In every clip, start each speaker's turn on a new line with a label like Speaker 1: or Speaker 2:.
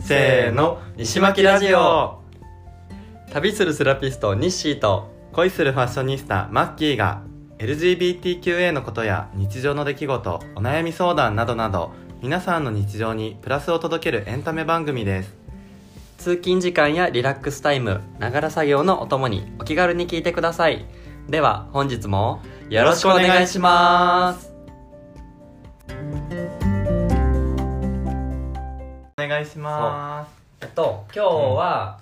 Speaker 1: せーの西巻ラジオ旅するセラピストニッシーと恋するファッショニスタマッキーが LGBTQA のことや日常の出来事お悩み相談などなど皆さんの日常にプラスを届けるエンタメ番組です
Speaker 2: 通勤時間やリラックスタイムながら作業のお供にお気軽に聞いてくださいでは本日もよろしくお願いします
Speaker 1: お願いしま
Speaker 2: えっと今日は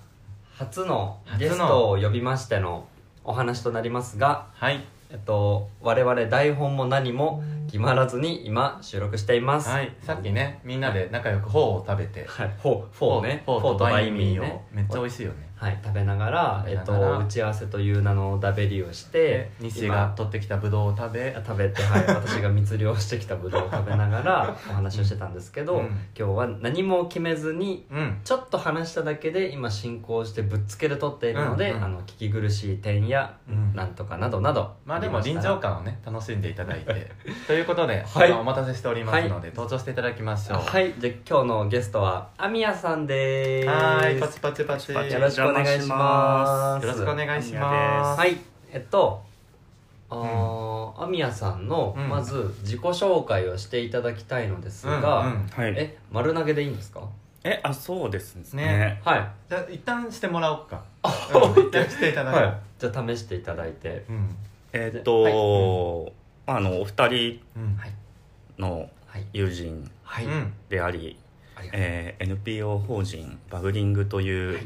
Speaker 2: 初のゲストを呼びましてのお話となりますが
Speaker 1: すはい
Speaker 2: えっと我々台本も何も決まらずに今収録しています
Speaker 1: はいさっきねみんなで仲良くフォーを食べて
Speaker 2: はいフォーフ
Speaker 1: フ
Speaker 2: ォーね
Speaker 1: フォーとバインミーを
Speaker 2: ね
Speaker 1: めっちゃ美味しいよね
Speaker 2: はい食べながら
Speaker 1: 食べ
Speaker 2: え
Speaker 1: な
Speaker 2: っ
Speaker 1: がら
Speaker 2: と打ち合わせという名のダベリをして
Speaker 1: で西が取ってきたブドウを食べ
Speaker 2: 食べ て、はい、私が密漁してきたぶどうを食べながらお話をしてたんですけど、
Speaker 1: うん
Speaker 2: 今日は何も決めずに
Speaker 1: うん
Speaker 2: ちょっと話しただけで今進行してぶっつけで撮っているので、
Speaker 1: うんうん
Speaker 2: あの聞き苦しい点や
Speaker 1: うん
Speaker 2: なんとかなどなど
Speaker 1: まあでも
Speaker 2: り
Speaker 1: 臨
Speaker 2: したら
Speaker 1: 場感をね楽しんでいただい てということで、
Speaker 2: はい
Speaker 1: あのお待たせしておりますので、登場していただきましょう
Speaker 2: はいじゃあ今日のゲストはアミヤさんで
Speaker 1: はーい
Speaker 2: す
Speaker 1: パチパチパチ
Speaker 3: パチ
Speaker 2: よ
Speaker 3: パ
Speaker 2: ろ
Speaker 3: チ
Speaker 2: しくお願いします
Speaker 1: よろしくお願いし
Speaker 3: お
Speaker 1: ます
Speaker 2: はいえっとあーアミヤさんの
Speaker 1: うん
Speaker 2: まず自己紹介をしていただきたいのですが、
Speaker 1: うんうん
Speaker 3: はい。え、
Speaker 2: え丸投げでいいんですか
Speaker 3: あ、そうですね。
Speaker 1: ね
Speaker 2: はい
Speaker 1: じゃあ一旦してもらおうかうん一旦していただこう、
Speaker 2: じゃあ試していただいて
Speaker 1: うん
Speaker 3: えーっと、あの、お二人
Speaker 1: うん
Speaker 2: はい
Speaker 3: の
Speaker 2: はい
Speaker 3: 友人
Speaker 2: はい、
Speaker 1: うん
Speaker 3: であり、
Speaker 2: ありがとう
Speaker 3: えー NPO 法人バグリングという、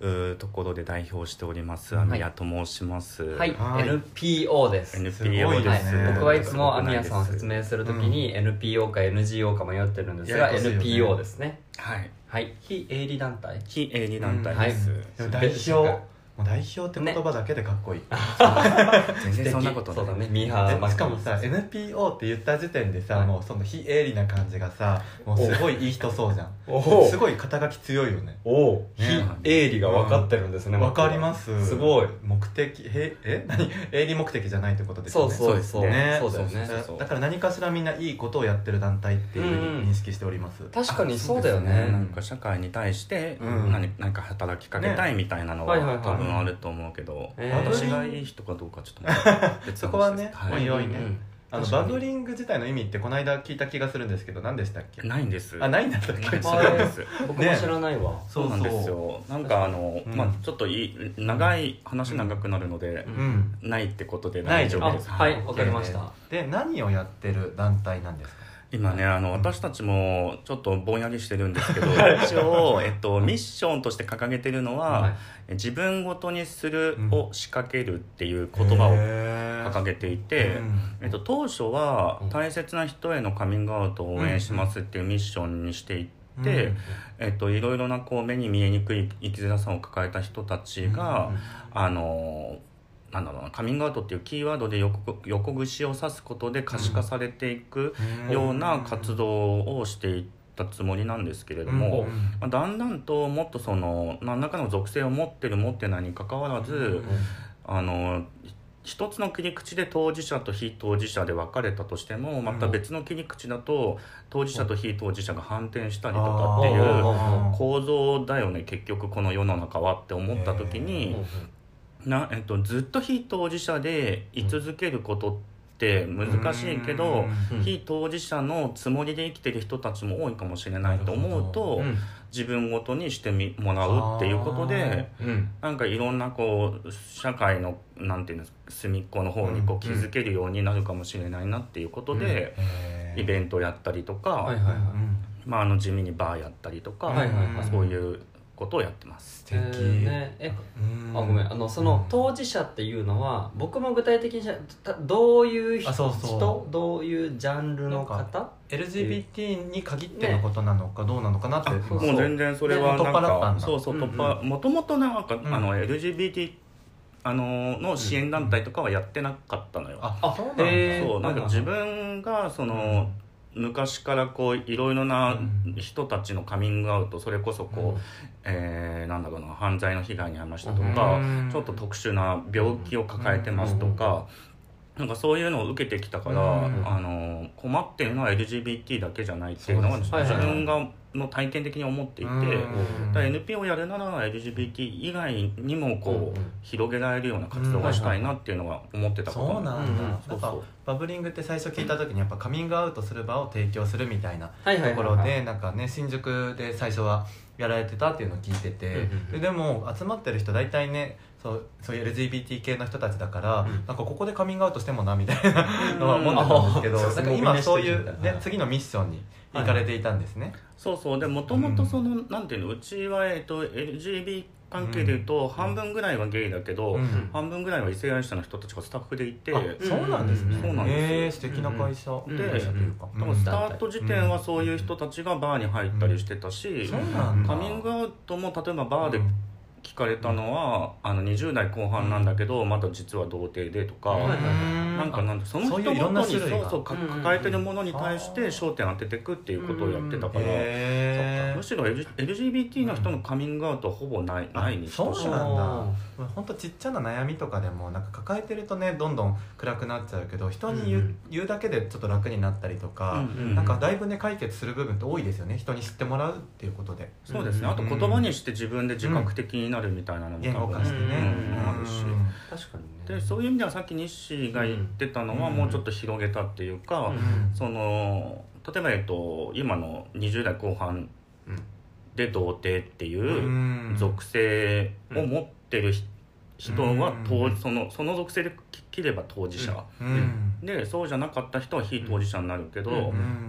Speaker 3: うーところで代表しております、
Speaker 1: はい
Speaker 3: アミヤと申します。
Speaker 2: はい、
Speaker 1: はい
Speaker 2: NPO です
Speaker 3: NPO
Speaker 1: ごい
Speaker 3: です
Speaker 1: ですね
Speaker 2: はい、僕はいつもア
Speaker 3: すごく
Speaker 2: ミ
Speaker 3: ないで
Speaker 2: ヤ
Speaker 3: す
Speaker 2: さんを説明するときに NPO か NGO か迷ってるんですが
Speaker 1: ややこしいよね
Speaker 2: NPO ですね
Speaker 3: はい。
Speaker 2: はい非営利団体
Speaker 3: 非営利団体です。
Speaker 1: でも代表もう代表って言葉だけでかっこいい、
Speaker 3: 全然そんなこと
Speaker 2: そうだ
Speaker 3: ない。
Speaker 2: ねミーハー
Speaker 1: えしかもさ NPO って言った時点でさ、
Speaker 2: はい
Speaker 1: もうその非営利な感じがさもうすごいいい人そうじゃん
Speaker 2: おお
Speaker 1: すごい肩書き強いよね
Speaker 2: おお非
Speaker 3: ね
Speaker 2: 営利が分かってるんですね、
Speaker 1: わ
Speaker 2: 僕は
Speaker 1: かります
Speaker 2: すごい
Speaker 1: 目的へえ何営利目的じゃないってことです
Speaker 2: そ
Speaker 1: よ
Speaker 2: う
Speaker 1: ね
Speaker 2: そうそ
Speaker 1: ね
Speaker 2: う、そうだよね
Speaker 3: そうそうそう
Speaker 1: だから何かしらみんないいことをやってる団体っていうふうに認識しております、
Speaker 2: 確かにそうだよね
Speaker 3: なんか社会に対して
Speaker 1: うん
Speaker 3: 何,、なんか働きかけたいみたいなのは
Speaker 2: ねはいはい
Speaker 3: 多
Speaker 2: はい
Speaker 3: 分あると思うけど、
Speaker 2: え
Speaker 1: ー
Speaker 3: 私がいい人かどうかちょっとまた別の話です
Speaker 1: そこはね
Speaker 3: は
Speaker 1: おいおいね
Speaker 2: うん
Speaker 1: あの
Speaker 3: 確か
Speaker 1: バ
Speaker 3: に
Speaker 1: グリング自体の意味ってこの間聞いた気がするんですけど何でしたっけ
Speaker 3: ないんです
Speaker 1: あないんだったっけ
Speaker 3: ない んです
Speaker 2: あれ
Speaker 3: ないんです
Speaker 2: 僕も知らないわ、
Speaker 3: そうなんですよなんかあの、
Speaker 1: うん
Speaker 3: まあちょっといい長い話長くなるので
Speaker 1: う、ん
Speaker 3: ないってことで
Speaker 1: ない
Speaker 3: 大丈夫
Speaker 2: あ
Speaker 3: です
Speaker 2: はいわかりました、
Speaker 1: で何をやってる団体なんですか
Speaker 3: 今ねあの私たちもちょっとぼんやりしてるんですけど一応、えっと、ミッションとして掲げてるのは、
Speaker 2: はい
Speaker 3: 自分ごとにする
Speaker 1: うん
Speaker 3: を仕掛けるっていう言葉を掲
Speaker 1: 掲
Speaker 3: げていて、えっと、当初は大切な人へのカミングアウトを応援しますっていうミッションにしていて、えっと、いろいろなこう目に見えにくい生きづらさを抱えた人たちが、あのなんだろうなカミングアウトっていうキーワードで横横串を指すことで可視化されていくような活動をしていったつもりなんですけれども、まあ、だんだんともっとその何らかの属性を持ってる持ってないにかかわらず、あの一つの切り口で当事者と非当事者で分かれたとしてもまた別の切り口だと当事者と非当事者が反転したりとかって
Speaker 2: あ
Speaker 3: いう
Speaker 2: ー
Speaker 3: 構造だよね結局この世の中はって思った時
Speaker 2: うん
Speaker 3: に
Speaker 2: うん、
Speaker 3: な、えっと、ずっと非当事者で居続けることって難しいけど、
Speaker 2: うん
Speaker 3: 非当事者のつもりで生きてる人たちも多いかもしれないと思うと、
Speaker 2: うん
Speaker 3: 自分ごとにしてみもらうっていうことで
Speaker 2: うん
Speaker 3: なんかいろんなこう社会のなんていうんですか隅っこの方にこ
Speaker 1: うん
Speaker 3: う気づけるようになるかもしれないなっていうことで、イ
Speaker 1: ン
Speaker 3: ベントやったりとか、
Speaker 2: はいはいはい
Speaker 3: まあ、あの地味にバーやったりとか、
Speaker 2: はいはい
Speaker 3: まあそういうことをやってます。
Speaker 1: 素敵
Speaker 2: えーねえあごめんあのその当事者っていうのは僕も具体的にしゃたどういう人
Speaker 1: あそうそ
Speaker 2: どういうジャンルの
Speaker 1: な
Speaker 2: 方
Speaker 1: ん LGBT に限ってのことなのかどうなのかなって
Speaker 3: もう
Speaker 1: 今
Speaker 3: 全然それは
Speaker 1: ね
Speaker 3: なん
Speaker 1: 取っ払ったん
Speaker 3: か
Speaker 1: だ
Speaker 3: そうそう
Speaker 2: うんうん
Speaker 3: 突破もともとなんか
Speaker 1: ん
Speaker 3: あの LGBT あのの支援団体とかはやってなかったのよ。
Speaker 1: あそうなんだ
Speaker 2: えー
Speaker 3: そうなんか自分がその昔からこういろいろな人たちのカミングアウトそれこそこうえーなんだろうな犯罪の被害に遭いましたと
Speaker 1: う
Speaker 3: か
Speaker 1: ん
Speaker 3: ちょっと特殊な病気を抱えてますとかなんかそういうのを受けてきたから
Speaker 1: うん
Speaker 3: あの困ってるのは LGBT だけじゃないっていうのは
Speaker 1: そうです
Speaker 2: ね
Speaker 3: 自分がの体験的に思っていて、
Speaker 1: うん
Speaker 3: だから NPO をやるなら LGBT 以外にもこう、
Speaker 2: うん
Speaker 3: 広げられるような活動がしたいなっていうのは思ってたこと
Speaker 1: そうなんだ、
Speaker 2: うん
Speaker 1: な
Speaker 3: そ
Speaker 1: ん
Speaker 3: う
Speaker 1: か
Speaker 3: そう
Speaker 1: バブリングって最初聞いた時にやっぱカミングアウトする場を提供するみたいな
Speaker 2: はいはいはいは
Speaker 1: と
Speaker 2: い
Speaker 1: ころでなんかね新宿で最初はやられてたっていうのを聞いて
Speaker 2: うんう
Speaker 1: て
Speaker 2: んう
Speaker 1: で
Speaker 2: ん
Speaker 1: でも集まってる人大体ねそうそういう LGBT 系の人たちだから、
Speaker 2: うん
Speaker 1: なんかここでカミングアウトしてもなみたいな
Speaker 3: うん
Speaker 1: のは思ってたんですけど、
Speaker 2: うん
Speaker 1: なんか今そうい
Speaker 2: そうそう
Speaker 1: う、ね、次のミッションに行かれていたんですね。
Speaker 3: そうそうでもともとその、なんていうのうちは、えっと、LGBT 関係でいうと、半分ぐらいはゲイだけど、
Speaker 1: うん
Speaker 3: 半分ぐらいは異性愛者の人たちがスタッフでいて
Speaker 1: あ
Speaker 3: で
Speaker 1: そうなんですね。
Speaker 3: うんそうなんですよ
Speaker 1: えー素敵な会社、
Speaker 2: うん
Speaker 1: で会社というか。
Speaker 2: うん
Speaker 3: もスタート時点はそういう人たちがバーに入ったりしてたし、
Speaker 1: そうなんだ。
Speaker 3: カミングアウトも例えばバーで
Speaker 1: うん
Speaker 3: 聞かれたのは、あの20代後半なんだけど、まだ実は童貞でとか、
Speaker 2: うん
Speaker 3: なんかなんてその
Speaker 1: そうい
Speaker 3: 人
Speaker 1: ういろ
Speaker 3: ご
Speaker 1: んな
Speaker 3: とに
Speaker 1: 種
Speaker 3: そう
Speaker 1: 類が
Speaker 3: そうか
Speaker 2: うんうんうん
Speaker 3: 抱えてるものに対して焦点当てていくっていうことをやってたから、
Speaker 1: へ
Speaker 3: むしろ L- LGBT の人のカミングアウトはほぼない,、ないに等し
Speaker 1: そ
Speaker 3: いう
Speaker 1: なんだほんとちっちゃな悩みとかでもなんか抱えてるとねどんどん暗くなっちゃうけど人に言う,、
Speaker 2: うん
Speaker 1: 言うだけでちょっと楽になったりとか、
Speaker 3: うんうん
Speaker 1: なんかだいぶね解決する部分って多いですよね人に知ってもらうっていうことで
Speaker 3: そうですねあと言葉にして自分で自覚的になるみたいなのも
Speaker 1: 言語
Speaker 3: 多分
Speaker 1: 化してね、
Speaker 3: うんあるし。
Speaker 2: 確かにね
Speaker 3: でそういう意味ではさっき日誌が言ってたのは
Speaker 1: うん
Speaker 3: もうちょっと広げたっていうか、
Speaker 2: うん
Speaker 3: その例えば、えっと、今の20代後半
Speaker 2: うん
Speaker 3: で童貞っていううん属性を持ってるひ人は
Speaker 1: うん
Speaker 3: 当そのその属性で切れば当事者、
Speaker 1: うん
Speaker 3: でそうじゃなかった人は非当事者になるけど、
Speaker 2: うん
Speaker 1: う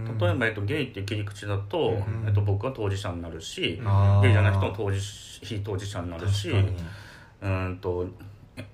Speaker 1: ん
Speaker 3: 例えば、えっと、ゲイっていう切り口だと、
Speaker 1: うん
Speaker 3: えっと、僕は当事者になるし、
Speaker 1: あー
Speaker 3: ゲイじゃない人も当事非当事者になるし。
Speaker 1: 確かに
Speaker 3: うーんと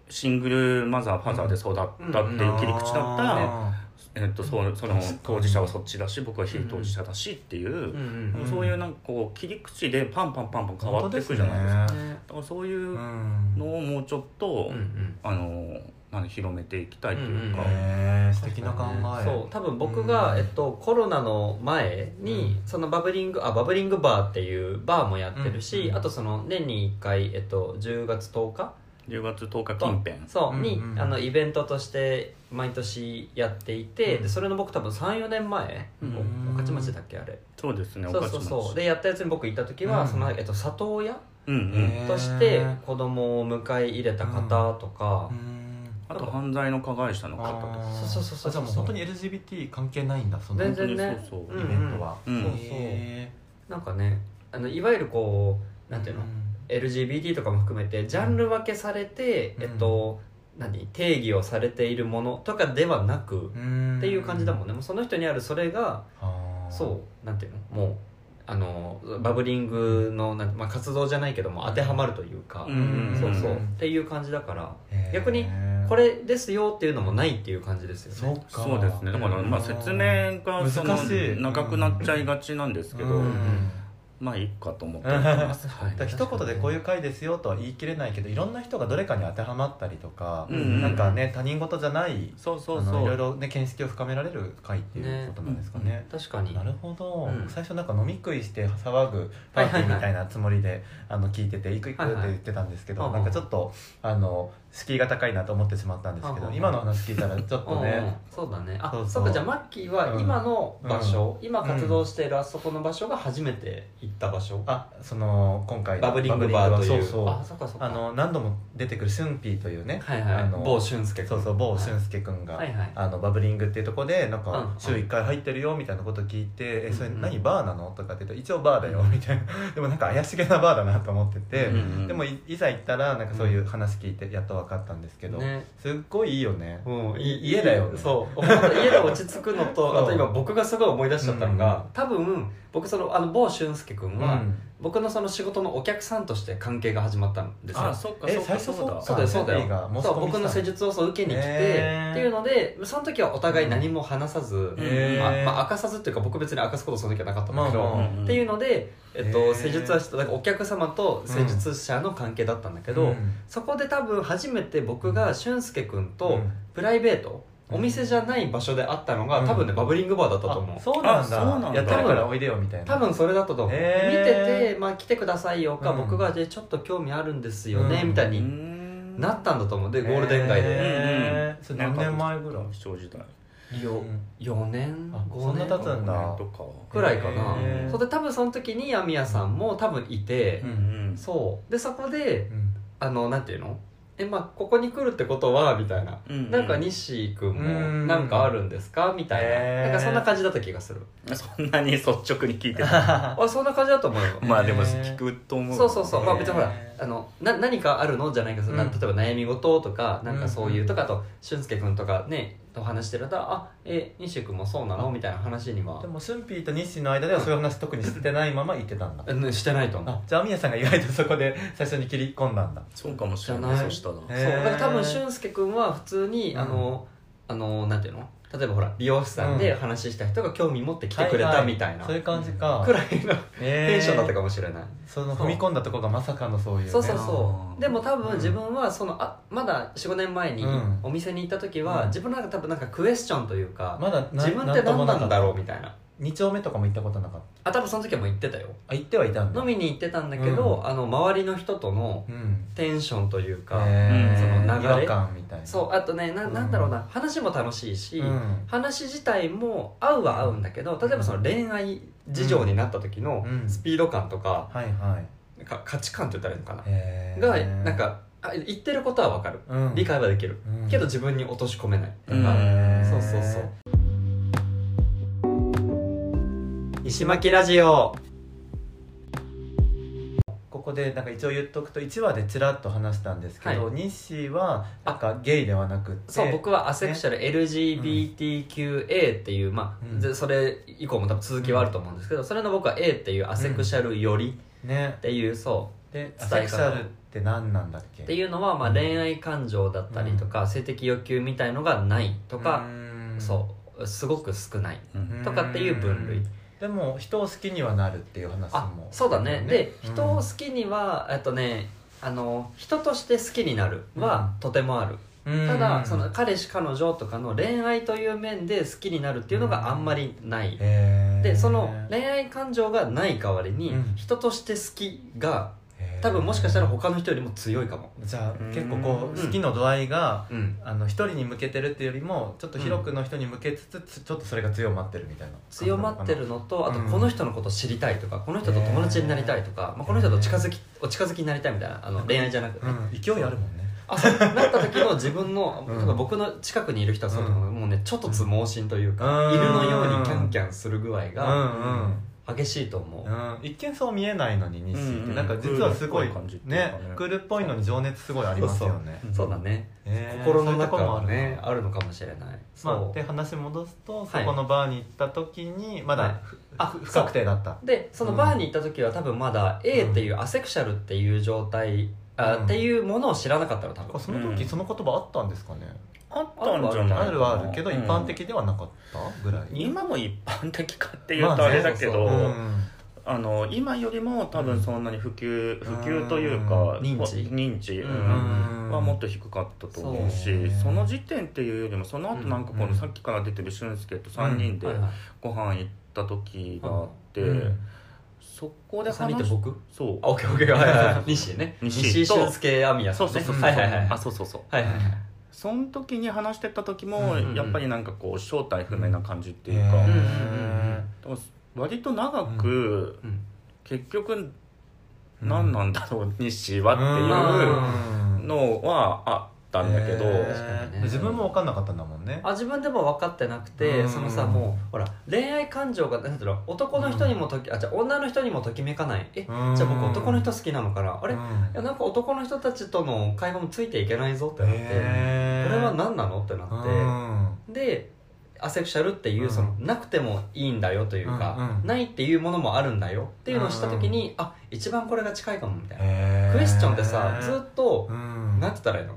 Speaker 3: シングルマザーファザーで育ったっていう切り口だったら、
Speaker 1: あ
Speaker 3: えっと、そうその
Speaker 1: 確かに
Speaker 3: 当事者はそっちだし僕は非当事者だしっていう、
Speaker 2: うんうん
Speaker 1: ん
Speaker 3: そういうなんかこう切り口でパンパンパンパン
Speaker 1: ー
Speaker 3: 変わっていくじゃないですか
Speaker 1: 本当ね
Speaker 2: ね
Speaker 3: だからそういう
Speaker 1: う
Speaker 3: うんのをもうちょっと、
Speaker 2: うんうん
Speaker 3: あのなんか広めていきたいというか、
Speaker 1: へー素敵な考え
Speaker 2: そう多分僕が、
Speaker 1: うん
Speaker 2: えっと、コロナの前に、そのバブリングあバブリングバーっていうバーもやってるし、
Speaker 1: うん
Speaker 2: あとその年に1回、えっと、10月10日
Speaker 3: 10月10日近辺
Speaker 2: そう、
Speaker 1: うん
Speaker 2: に
Speaker 1: うん
Speaker 2: あのイベントとして毎年やっていて、
Speaker 1: うん
Speaker 2: でそれの僕多分34年前、
Speaker 3: うん
Speaker 2: お御徒町だっけあれ
Speaker 3: そうですね
Speaker 2: そう
Speaker 3: お菓
Speaker 2: そ
Speaker 3: 子
Speaker 2: う
Speaker 3: も
Speaker 2: そうでやったやつに僕行った時は、
Speaker 1: うん
Speaker 2: その、えっと、里親
Speaker 3: うんうん、
Speaker 1: へー
Speaker 2: として子供を迎え入れた方とか、
Speaker 1: うん
Speaker 3: あと犯罪の加害者の方とか
Speaker 1: あー
Speaker 2: そうそうそうそう
Speaker 1: あじゃあもう本当に LGBT 関係ないんだそのイベ
Speaker 2: 全
Speaker 1: ン
Speaker 2: 然ね
Speaker 3: 本当
Speaker 1: ト
Speaker 3: に
Speaker 2: うん
Speaker 1: は、
Speaker 3: うん
Speaker 2: そうそう
Speaker 1: へ
Speaker 2: なんかねあのいわゆるこ
Speaker 1: ー
Speaker 2: うなんていうの、LGBT とかも含めてジャンル分けされて、
Speaker 1: うん
Speaker 2: えっと何定義をされているものとかではなく、
Speaker 1: うん
Speaker 2: っていう感じだもんねもうその人にあるそれが
Speaker 1: あー
Speaker 2: そうなんていうのもうあのバブリングのなん、まあ、活動じゃないけども当てはまるというか、
Speaker 3: うん
Speaker 2: そうそう、
Speaker 1: うん
Speaker 2: っていう感じだから
Speaker 1: へー
Speaker 2: 逆にこれですよっていうのもないっていう感じですよ
Speaker 1: そ
Speaker 2: ね
Speaker 1: っか
Speaker 3: そうですねだからまあ説明がその
Speaker 1: 難しい
Speaker 3: 長くなっちゃいがちなんですけど、
Speaker 1: うん
Speaker 2: ん
Speaker 3: まあいいかと思ってやってます、はい
Speaker 1: だから一言でこういう回ですよとは言い切れないけどいろんな人がどれかに当てはまったりとか、
Speaker 3: うん
Speaker 1: なんかね他人事じゃない
Speaker 3: そうそう
Speaker 1: あの
Speaker 3: そう
Speaker 1: いろいろね見識を深められる回っていうことなんですかね
Speaker 3: ね
Speaker 2: 確かに
Speaker 1: なるほど、
Speaker 2: うん
Speaker 1: 最初なんか飲み食いして騒ぐパーティーみたいなつもりで、あの聞いてて「行く行く」って言ってたんですけど、
Speaker 2: はいはい
Speaker 1: なんかちょっとあの敷居が高いなと思ってしまったんですけど、
Speaker 2: うんうん
Speaker 1: 今の話聞いたらちょっと
Speaker 2: うんうん
Speaker 1: ね、
Speaker 2: そうだねあ
Speaker 1: そ
Speaker 2: そうう
Speaker 1: そう
Speaker 2: かじゃあマッキーは
Speaker 1: うん
Speaker 2: 今の場所、今活動しているあそこの場所が初めて行った場所、
Speaker 1: あその今回
Speaker 2: バブリングバーという
Speaker 1: そうそう
Speaker 2: あそっかそっか
Speaker 1: あの何度も出てくるシュンピーというね、
Speaker 2: はいはい
Speaker 1: あの
Speaker 2: 某俊介君
Speaker 1: そうそう某俊介君が、
Speaker 2: はいはい
Speaker 1: あのバブリングっていうとこでなん
Speaker 2: うん
Speaker 1: か週1回入ってるよみたいなこと聞いて「えそれ
Speaker 2: うんうん
Speaker 1: 何バーなの?」とかって言うと「一応バーだよ」みたいな でもなんか怪しげなバーだなと思ってて、
Speaker 2: うん
Speaker 1: でもいいざ行ったらなんかそういう話聞いてやっと分かったんですけど、
Speaker 2: ね
Speaker 1: すっごいいいよね、
Speaker 2: うん、
Speaker 1: い家だよね
Speaker 2: そう本当家で落ち着くの
Speaker 1: そう
Speaker 2: とあと今僕がすごい思い出しちゃったのが、多分僕そのあの某俊介君は、
Speaker 1: うん
Speaker 2: 僕のその仕事のお客さんとして関係が始まったんですよ
Speaker 3: あそっか
Speaker 1: え
Speaker 3: そっか
Speaker 1: 最初そう
Speaker 3: だ
Speaker 2: そうだよそうだ
Speaker 1: あいいが
Speaker 2: よ
Speaker 1: 申し
Speaker 2: そ
Speaker 1: 込み
Speaker 2: う僕の施術をそう受けに来て、
Speaker 1: へー
Speaker 2: っていうのでその時はお互い何も話さず、
Speaker 3: へ
Speaker 2: まあ
Speaker 1: ー
Speaker 2: まあ、明かさずっていうか僕別に明かすことその時はなかったんだけど、
Speaker 1: まあま
Speaker 3: あ
Speaker 2: っていうので、えっと
Speaker 1: へー
Speaker 2: 施術はしただからお客様と施術者の関係だったんだけど、
Speaker 1: うん
Speaker 2: そこで多分初めて僕が俊介君
Speaker 1: う
Speaker 2: と
Speaker 1: ん
Speaker 2: プライベート、お店じゃない場所で会ったのが、
Speaker 1: うん
Speaker 2: 多分ねバブリングバーだったと思う
Speaker 1: あそうなんだ
Speaker 3: あそうなんだ
Speaker 1: やってるからおいでよみたいな
Speaker 2: 多分それだったと思う、
Speaker 1: へー
Speaker 2: 見てて、まあ、来てくださいよか、
Speaker 1: うん
Speaker 2: 僕がでちょっと興味あるんですよね、
Speaker 1: うん
Speaker 2: みたいに
Speaker 3: ん
Speaker 2: なったんだと思うでゴールデン街で、
Speaker 1: へーそれ何年前ぐらい
Speaker 3: 視聴時代
Speaker 2: よ4年
Speaker 1: あ
Speaker 2: 5
Speaker 1: そん
Speaker 2: 年
Speaker 1: な経つんだ
Speaker 3: とか
Speaker 2: くらいかな
Speaker 1: へー
Speaker 2: そうで多分その時に闇屋さんも多分いて
Speaker 3: う、ん
Speaker 2: そうでそこで
Speaker 1: うん
Speaker 2: あのなんていうのえまあここに来るってことはみたいな、
Speaker 3: うん
Speaker 2: なんか西君も
Speaker 1: うん
Speaker 2: なんかあるんですかみたいな,、
Speaker 1: へー
Speaker 2: なんかそんな感じだった気がする
Speaker 3: そんなに率直に聞い てた
Speaker 1: あ
Speaker 2: あそんな感じだと思 うよ
Speaker 3: まあでも
Speaker 1: へー
Speaker 3: 聞くと思う
Speaker 2: そうそうそう、まあ、別にほら
Speaker 1: へー
Speaker 2: あのな何かあるのじゃないけど、な
Speaker 1: うん
Speaker 2: 例えば悩み事とかなんかそういううんとかあと俊介君とかねお話してるとあえ西君もそうなのみたいな話に は
Speaker 1: でもスンピーと日誌の間ではそういう話特にしてないまま行ってたんだ
Speaker 2: うんしてないと思う
Speaker 1: あじゃあ宮さんが意外とそこで 最初に切り込んだんだ
Speaker 3: そうかもしれ
Speaker 2: じゃ
Speaker 3: な
Speaker 2: ないい
Speaker 3: そしたら
Speaker 1: へ
Speaker 2: そうだから多分
Speaker 1: へー
Speaker 2: 俊介君は普通に、あのあのなんていうの例えばほら美容師さんで
Speaker 1: うん
Speaker 2: 話した人が興味持って来てくれたみたいな、
Speaker 1: そういう感じか
Speaker 2: くらいのテンションだったか
Speaker 1: も
Speaker 2: もしれない、
Speaker 1: その踏み込んだとこがまさかのそういうね
Speaker 2: そうそう
Speaker 3: あ
Speaker 2: そ
Speaker 3: ー
Speaker 2: うでも多
Speaker 1: うん
Speaker 2: 分自分はその、あまだ45年前に
Speaker 1: うん
Speaker 2: お店に行った時は、
Speaker 1: うん
Speaker 2: 自分なんか多分なんかクエスチョンというか、
Speaker 1: まだな
Speaker 2: 自分って何
Speaker 1: も
Speaker 2: なんだろう
Speaker 1: かっ
Speaker 2: みたいな
Speaker 1: た二丁目とかも行ったことなかっ
Speaker 2: あ多分その時はもう行ってたよ
Speaker 1: たあ行ってはいたんだ
Speaker 2: 飲みに行ってたんだけど、あの周りの人との
Speaker 1: うん
Speaker 2: テンションというか、
Speaker 1: へ
Speaker 2: そ
Speaker 1: ー
Speaker 2: の流
Speaker 1: 違和
Speaker 2: れ
Speaker 1: 感みたいな
Speaker 2: そうあとねななんだろうな、話も楽しいし、
Speaker 1: うん
Speaker 2: 話自体も合うは合うんだけど例えばその恋愛事情になった時の
Speaker 1: うん
Speaker 2: スピード感とか,、
Speaker 1: はいはい
Speaker 2: か価値観って言ったらいいのかな、
Speaker 1: へー
Speaker 2: がなんかあ言ってることは分かる
Speaker 1: うん
Speaker 2: 理解はできる、
Speaker 1: うん
Speaker 2: けど自分に落とし込めないと
Speaker 3: うん
Speaker 2: か、
Speaker 1: へー
Speaker 2: そうそうそう
Speaker 1: 石巻ラジオここでなんか一応言っとくと1話でちらっと話したんですけど、
Speaker 2: は
Speaker 1: 日誌はなんかゲイではなくって
Speaker 2: そう僕はアセクシャル LGBTQA っていう、まあ
Speaker 1: うん
Speaker 2: でそれ以降も多分続きはあると思うんですけどそれの僕は A っていうアセクシャルより
Speaker 1: ね
Speaker 2: っていうそう
Speaker 1: でア
Speaker 2: 伝え
Speaker 1: セク
Speaker 2: 方
Speaker 1: シャルって何なんだっけ
Speaker 2: っていうのは、まあ、恋愛感情だったりとか、性的欲求みたいのがないとか、
Speaker 1: ーん
Speaker 2: そうすごく少ない
Speaker 3: うん
Speaker 2: とかっていう分類
Speaker 1: うんでも人を好きにはなるっていう話
Speaker 2: あ
Speaker 1: も
Speaker 2: そうだねで
Speaker 1: うん
Speaker 2: 人を好きにはえっとねあの人として好きになるはとてもある、
Speaker 1: うん
Speaker 2: ただその彼氏彼女とかの恋愛という面で好きになるっていうのがあんまりない、
Speaker 1: へー
Speaker 2: でその恋愛感情がない代わりに、
Speaker 1: うん
Speaker 2: 人として好きが
Speaker 1: へー
Speaker 2: 多分もしかしたら他の人よりも強いかも、
Speaker 1: じゃあ
Speaker 3: うん
Speaker 1: 結構こう好きの度合いが
Speaker 2: うん、
Speaker 1: あの一人に向けてるっていうよりもちょっと広くの人に向けつつ、ちょっとそれが強まってるみたいな
Speaker 2: 強まってるのとあと
Speaker 1: うん
Speaker 2: この人のことを知りたいとか、この人と友達になりたいとか、まあ、この人と近づきお近づきになりたいみたいなあの恋愛じゃなくて、
Speaker 1: うん、勢いあるもんね
Speaker 2: あそうなった時の自分の、
Speaker 1: うん
Speaker 2: 例えば僕の近くにいる人はそうだと思うもうねちょっとつ盲信というか、
Speaker 1: うん
Speaker 2: 犬のようにキャンキャンする具合が
Speaker 1: う
Speaker 2: 激しいと思う、
Speaker 1: んうん、うん、一見そう見えないのに日誌って、
Speaker 3: うんうん
Speaker 1: なんか実はすごい
Speaker 3: クールっぽい感じっていう
Speaker 1: ね
Speaker 3: かね
Speaker 1: クールっぽいのに情熱すごいありますよね
Speaker 3: うん
Speaker 2: そうだね、
Speaker 1: へー
Speaker 2: 心の
Speaker 1: そういうと
Speaker 2: 中
Speaker 1: こもあ
Speaker 2: は
Speaker 1: る
Speaker 2: ねあるのかもしれないそ
Speaker 1: まあ、
Speaker 2: う、
Speaker 1: で話戻すと、
Speaker 2: はい
Speaker 1: そこのバーに行った時にまだ、
Speaker 2: はい
Speaker 1: ふ
Speaker 2: あ
Speaker 1: ふ不確定だった
Speaker 2: でそのバーに行った時は多分まだ A っていうアセクシャルっていう状態、あ
Speaker 1: うん
Speaker 2: っていうものを知らなかったの多分
Speaker 1: あその時
Speaker 3: うん
Speaker 1: その言葉あったんですかね、
Speaker 3: あったんじゃないかな
Speaker 1: あるはあるけど
Speaker 3: う
Speaker 1: 一
Speaker 3: ん
Speaker 1: 般的ではなかったぐらい、
Speaker 3: 今も一般的かっていうとあれだけど、
Speaker 2: ま
Speaker 1: うん
Speaker 3: あの今よりも多分そんなに普及、
Speaker 1: うん
Speaker 3: 普及というか、
Speaker 1: うん
Speaker 2: 認知
Speaker 3: 認知、
Speaker 2: うん
Speaker 1: うん
Speaker 3: はもっと低かったと思うし
Speaker 1: そう
Speaker 3: その時点っていうよりもその後なんかこ
Speaker 1: うん
Speaker 3: のさっきから出てる俊介と3人で
Speaker 2: はいはい
Speaker 3: ご飯行った時があって、
Speaker 1: うん
Speaker 3: そこで
Speaker 2: 三人っ
Speaker 3: 話
Speaker 2: て
Speaker 3: し
Speaker 2: 僕
Speaker 3: そう
Speaker 2: あ、オッケーオッケー、はい はいはい。西ね。
Speaker 3: 西
Speaker 2: 西
Speaker 3: と
Speaker 2: 俊介アミヤさ
Speaker 3: そ
Speaker 2: ん
Speaker 3: う
Speaker 2: ね。
Speaker 3: そうそうそう、
Speaker 2: はいはいはい。
Speaker 3: あそうそうそう
Speaker 2: はいはいはい。
Speaker 3: その時に話してた時も、
Speaker 1: うん
Speaker 3: やっぱりなんかこう正体不明な感じっていう
Speaker 1: へ
Speaker 3: か、
Speaker 1: ー
Speaker 2: うん
Speaker 3: でも割と長く、
Speaker 2: うん
Speaker 3: 結局何なんだろう西は
Speaker 1: う
Speaker 3: っ
Speaker 1: ん
Speaker 3: ていうのはあったんだけど、
Speaker 1: へー
Speaker 2: 確かにね
Speaker 1: 自分も分かんなかったんだもんね
Speaker 2: あ自分でも分かってなく
Speaker 1: う
Speaker 2: て
Speaker 1: ん
Speaker 2: そのさもうほら恋愛感情がなんていうの男の人にもときあじゃあ女の人にもときめかないえじ
Speaker 1: うん
Speaker 2: ゃあ僕男の人好きなのかなあれ
Speaker 1: う
Speaker 2: い
Speaker 1: ん
Speaker 2: やなんか男の人たちとの会話もついていけないぞってなってこ
Speaker 1: へー
Speaker 2: れは何なのってなっ
Speaker 1: うん
Speaker 2: てでアセクシャルっていううんそのなくてもいいんだよというか
Speaker 1: うんうん
Speaker 2: ないっていうものもあるんだよっていうのをした時にあ一番これが近いかもみたいな
Speaker 1: へー
Speaker 2: クエスチョンってさずっと
Speaker 1: うん
Speaker 2: なんて言ったらいいの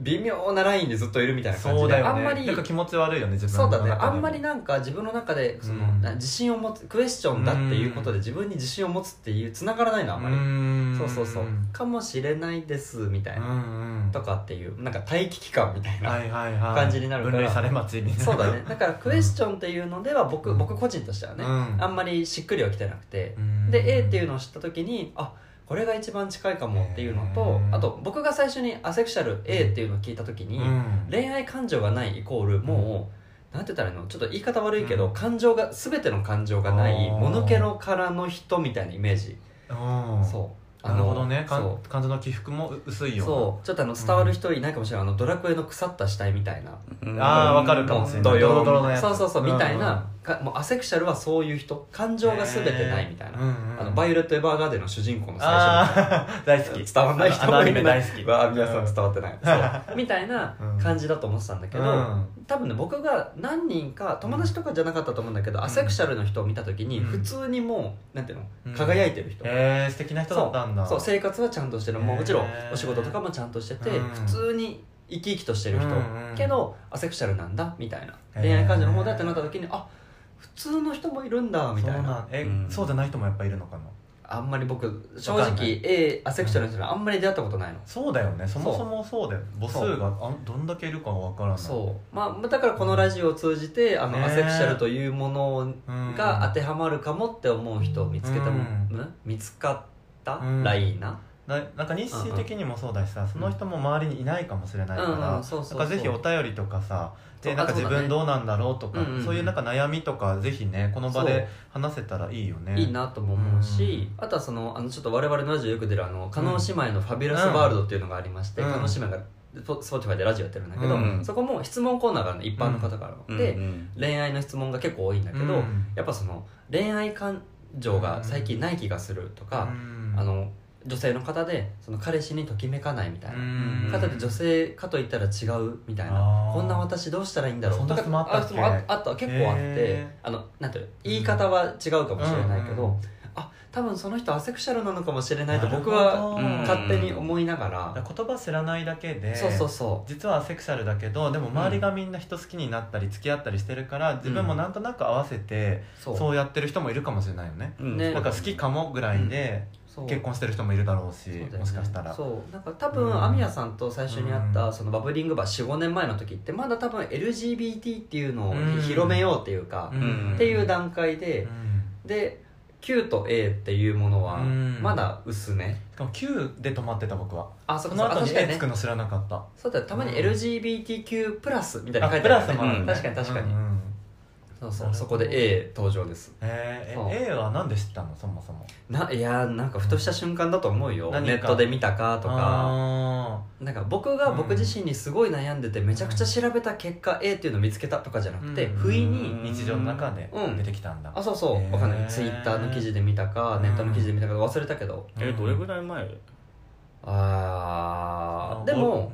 Speaker 2: 微妙なラインでずっといるみたいな感
Speaker 1: そ
Speaker 2: じ
Speaker 1: う
Speaker 2: で
Speaker 1: だよね
Speaker 2: あんまり
Speaker 1: なんか気持ち悪いよね自分
Speaker 2: そ
Speaker 1: の
Speaker 2: う
Speaker 1: 中
Speaker 2: だね
Speaker 1: でも
Speaker 2: あんまりなんか自分の中でその、
Speaker 1: うん
Speaker 2: な自信を持つクエスチョンだっていうことで自分に自信を持つっていうつながらないのあんまり、
Speaker 1: うん
Speaker 2: そうそうそうかもしれないですみたいな、
Speaker 1: うんうん
Speaker 2: とかっていうなんか待機期間みたいな、
Speaker 1: はいはいはい
Speaker 2: 感じになるから
Speaker 1: 分類され待ちみたいな
Speaker 2: そうだ ねだからクエスチョンっていうのでは僕,、
Speaker 1: うん
Speaker 2: 僕個人としてはね、
Speaker 1: うん
Speaker 2: あんまりしっくりはきてなくて、
Speaker 1: うん
Speaker 2: で A っていうのを知った時にあこれが一番近いかもっていうのと
Speaker 1: うん
Speaker 2: あと僕が最初にアセクシャル A っていうのを聞いた時に、
Speaker 1: うん
Speaker 2: 恋愛感情がないイコールもうなんて言ったらいいのちょっと言い方悪いけど、感情が全ての感情がない
Speaker 1: あー
Speaker 2: もぬけの殻の人みたいなイメージ、
Speaker 1: うん
Speaker 2: そう
Speaker 1: なるほどねか
Speaker 2: そ
Speaker 1: ん感情の起伏も薄いうよ
Speaker 2: そうちょっとあの伝わる人いないかもしれない、あのドラクエの腐った死体みたいな
Speaker 1: ああわかるか
Speaker 2: ド
Speaker 1: もしれない
Speaker 2: ド
Speaker 1: ドロドロのやつ
Speaker 2: そうそうそう、みたいな
Speaker 1: う
Speaker 2: かもうアセクシャルはそういう人感情が全てないみたいな、
Speaker 1: へーうんうん
Speaker 2: あのバイオレット・エヴァーガーデンの主人公の最初の
Speaker 1: ああ大好き
Speaker 2: 伝わんない人
Speaker 1: あのアニメ大好き
Speaker 2: わあ皆さん伝わってない、 そうみたいな感じだと思ってたんだけど、
Speaker 1: うん
Speaker 2: 多分ね僕が何人か友達とかじゃなかったと思うんだけど、アセクシャルの人を見た時に
Speaker 1: うん
Speaker 2: 普通にもうなんていうの、
Speaker 1: うん
Speaker 2: 輝いてる人、
Speaker 1: えー、素敵な人だったんだ
Speaker 2: そう生活はちゃんとしてるもうもちろん
Speaker 1: へー
Speaker 2: お仕事とかもちゃんとしてて、
Speaker 1: うん
Speaker 2: 普通に生き生きとしてる人、
Speaker 1: うんうん
Speaker 2: けどアセクシャルなんだみたいな
Speaker 1: へー
Speaker 2: 恋愛感情の方だってなった時にあ普通の人もいるんだみたい
Speaker 1: そう
Speaker 2: なん
Speaker 1: え、
Speaker 3: うん
Speaker 1: そうじゃない人もやっぱいるのかな
Speaker 2: あんまり僕正
Speaker 1: わかんない
Speaker 2: 直 A アセクシャルの人にはあんまり出会ったことないの、
Speaker 1: そうだよねそもそもそうだよ母数があどんだけいるかわからない
Speaker 2: そうまあだからこのラジオを通じてあの、
Speaker 1: ね
Speaker 2: アセクシャルというもの
Speaker 1: うん
Speaker 2: が当てはまるかもって思う人を見つけても、
Speaker 1: うん
Speaker 2: ん見つかった
Speaker 1: うん
Speaker 2: らいいな、
Speaker 1: ななんか日誌的にもそうだしさ、その人も周りにいないかもしれないから、
Speaker 2: うんうんうんそうそうそ
Speaker 1: な
Speaker 2: うん
Speaker 1: かぜひお便りとかさ
Speaker 2: そ
Speaker 1: で
Speaker 2: う
Speaker 1: なんか
Speaker 2: あそう
Speaker 1: 自
Speaker 2: だね
Speaker 1: 分どうなんだろうとか
Speaker 2: う
Speaker 1: そ
Speaker 2: ん
Speaker 1: う,、
Speaker 2: うんうん
Speaker 1: いうなんか悩みとかぜひねこの場
Speaker 2: そう
Speaker 1: で話せたらいいよね
Speaker 2: いいなとも思うし、あとはそのあのちょっと我々のラジオよく出るあの加納姉妹の「ファビュラスワールド」っていうのがありまして、
Speaker 1: うん
Speaker 2: 加納姉妹がポスポーティファイでラジオやってるんだけど、
Speaker 3: うん
Speaker 2: そこも質問コーナーがあるの一般の方からの、で、恋愛の質問が結構多いんだけど、
Speaker 1: うん
Speaker 2: やっぱその恋愛感情が最近ない気がすると
Speaker 1: う
Speaker 2: か、
Speaker 1: ん
Speaker 2: あの女性の方でその彼氏にときめかないみたいな、
Speaker 1: うん
Speaker 2: 方で女性かといったら違うみたい
Speaker 1: あ
Speaker 2: な
Speaker 1: ー
Speaker 2: こんな私どうしたらいいんだろう
Speaker 1: そんな
Speaker 2: とか
Speaker 1: 質問あったっけ
Speaker 2: 質問ああった結構あっ
Speaker 1: へ
Speaker 2: てあのなんていうの言い方は違うかもしれないけど、
Speaker 1: うんうん
Speaker 2: あ多分その人アセクシャルなのかもしれないと
Speaker 1: なるほ
Speaker 2: 僕
Speaker 1: ど
Speaker 2: は
Speaker 3: うん
Speaker 2: 勝手に思いな
Speaker 1: だ
Speaker 2: がら、
Speaker 1: から言葉知らないだけで
Speaker 2: そうそうそ
Speaker 1: 実はアセクシャルだけどでも周りがみんな人好きになったり付き合ったりしてるから自分もなんとなく合わせて
Speaker 2: う、そう
Speaker 1: そうやってる人もいるかもしれないよね、
Speaker 2: ね
Speaker 1: なんか好きかもぐらいで
Speaker 2: そう
Speaker 1: 結婚してる人もいるだろうし
Speaker 2: そうだよね
Speaker 1: もしかしたら
Speaker 2: そうなんか多分
Speaker 1: うん
Speaker 2: アミヤさんと最初に会っ
Speaker 1: う
Speaker 2: た
Speaker 1: ん
Speaker 2: そのバブリングバー45年前の時ってまだ多分 LGBT っていうのを
Speaker 1: うん
Speaker 2: 広めようっていうか、
Speaker 3: ん
Speaker 2: っていう段階で、
Speaker 1: うん
Speaker 2: で Q と A っていうものは
Speaker 1: うん
Speaker 2: まだ薄め、
Speaker 1: しかも9で止まってた僕は
Speaker 2: あそ
Speaker 1: そ
Speaker 2: こ
Speaker 1: の
Speaker 2: そこあ
Speaker 1: 後に
Speaker 2: 確かに
Speaker 1: A つ
Speaker 2: ね
Speaker 1: くの知らなかった
Speaker 2: そうだよたまに
Speaker 1: うん
Speaker 2: LGBTQ+ プラスみたいな
Speaker 1: あ
Speaker 2: の書い
Speaker 1: プ
Speaker 2: てあ
Speaker 1: ラ
Speaker 2: る
Speaker 1: ス
Speaker 2: よ
Speaker 1: もあるね
Speaker 2: ね確かに確かに、
Speaker 1: うんうん
Speaker 2: そうそうそこで A 登場です
Speaker 1: え
Speaker 2: そう
Speaker 1: ーえ A はなんで知ったのそもそも
Speaker 2: ないやーなんかふとした瞬間だと思うよ
Speaker 1: 何か
Speaker 2: ネットで見たかとか
Speaker 1: あ
Speaker 2: なんか僕が僕自身にすごい悩んでてめちゃくちゃ調べた結果 A っていうのを見つけたとかじゃなくて
Speaker 1: うん
Speaker 2: 不意
Speaker 1: ー
Speaker 2: に
Speaker 1: 日常の中で
Speaker 2: うん
Speaker 1: 出てきたんだ、
Speaker 2: あそうそう
Speaker 1: へー
Speaker 2: わかんないツイッターの記事で見たかネットの記事で見たか忘れたけど
Speaker 3: えどれぐらい前
Speaker 2: あーで
Speaker 1: う
Speaker 2: も
Speaker 1: ん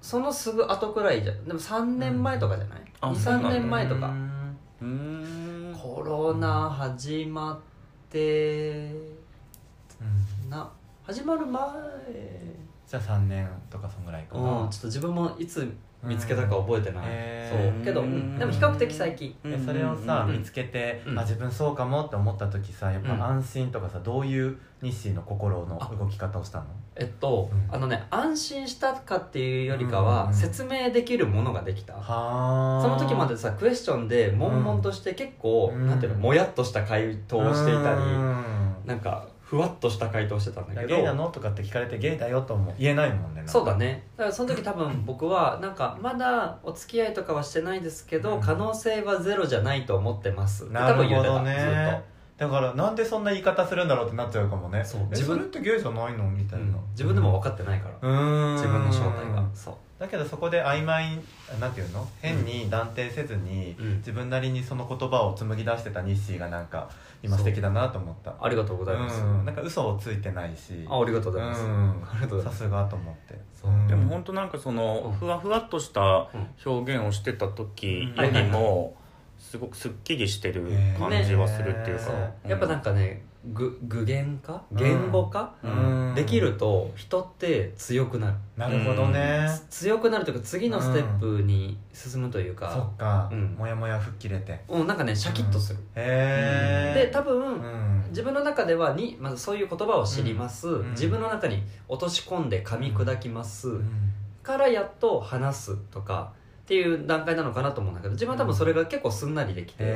Speaker 2: そのすぐ後くらいじゃでも3年前とかじゃない
Speaker 3: うんあそうな
Speaker 2: 23
Speaker 3: んだ
Speaker 2: 年前と
Speaker 1: う
Speaker 2: か
Speaker 1: ん
Speaker 3: うん
Speaker 2: コロナ始まって
Speaker 1: うん
Speaker 2: な始まる前
Speaker 1: じゃあ3年とかそんぐらいかな、
Speaker 2: うんちょっと自分もいつ見つけたか覚えてない、
Speaker 1: へ
Speaker 2: そう
Speaker 1: ー
Speaker 2: けど、うんでも比較的最近
Speaker 1: えそれをさ、
Speaker 2: うん
Speaker 1: 見つけて、
Speaker 2: うん
Speaker 1: あ自分そうかもって思った時さやっ
Speaker 2: うん
Speaker 1: ぱ安心とかさ、どういう日誌の心の
Speaker 2: あ
Speaker 1: 動き方をしたの
Speaker 2: えっと、
Speaker 1: うん
Speaker 2: あのね安心したかっていうよりか
Speaker 1: うんう
Speaker 2: は
Speaker 1: ん
Speaker 2: 説明できるものができた、
Speaker 1: はあ
Speaker 2: その時までさクエスチョンで悶々として結構、
Speaker 1: うん
Speaker 2: なんていうのもやっとした回答をしていたり、
Speaker 1: うん
Speaker 2: なんかふわっとした回答をしてたんだけど
Speaker 1: ゲイなのとかって聞かれてゲイだよとも言えないもんねなんか
Speaker 2: そうだねだからその時多分僕はなんかまだお付き合いとかはしてないですけど、
Speaker 1: うん
Speaker 2: 可能性はゼロじゃないと思ってますって
Speaker 1: なる
Speaker 2: 多分言
Speaker 1: ほ
Speaker 2: ってた
Speaker 1: どねだからなんでそんな言い方するんだろうってなっちゃうかもね
Speaker 2: そう
Speaker 1: え
Speaker 2: 自分
Speaker 1: それってゲイじゃないのみ
Speaker 2: ず
Speaker 1: た
Speaker 2: っと
Speaker 1: いな、
Speaker 2: うん自分でも分かってないから、
Speaker 1: うーん
Speaker 2: 自分の正体がそう
Speaker 1: だけどそこで曖昧なんていうの変に断定せずに、
Speaker 2: うん
Speaker 1: 自分なりにその言葉を紡ぎ出してたニッシーがなんか今
Speaker 2: そう
Speaker 1: 素敵だなと思った
Speaker 2: ありがとうございます、
Speaker 1: うんなんか嘘をついてないし
Speaker 2: あありがとうございます、
Speaker 1: うん
Speaker 2: ありがとうございま
Speaker 1: さ
Speaker 2: す
Speaker 1: すがと思って
Speaker 2: そう
Speaker 1: うん
Speaker 3: でも本当なんかそのふわふわっとした表現をしてた時よりもすごくすっきりしてる感じはするっていう
Speaker 2: そ
Speaker 3: か、
Speaker 2: う
Speaker 3: うん
Speaker 2: やっぱなんかね具具現化
Speaker 1: うん
Speaker 2: 言語化、
Speaker 3: うん
Speaker 2: できると人って強くなる、
Speaker 1: なるほどね、
Speaker 2: つ強くなるというか次のステップに進むという
Speaker 1: そ
Speaker 2: か
Speaker 1: っ、か、
Speaker 2: うん
Speaker 1: もやもや吹っ切れてへ
Speaker 2: うん、なんかねシャキッとする、
Speaker 1: え
Speaker 2: で多分、
Speaker 1: うん
Speaker 2: 自分の中ではにまずそういう言葉を知ります、
Speaker 1: ん
Speaker 2: 自分の中に落とし込んで噛み砕きます、
Speaker 1: うん
Speaker 2: からやっと話すとかっていう段階なのかなと思うんだけど自分は多分それが結構すんなりできて、
Speaker 1: へ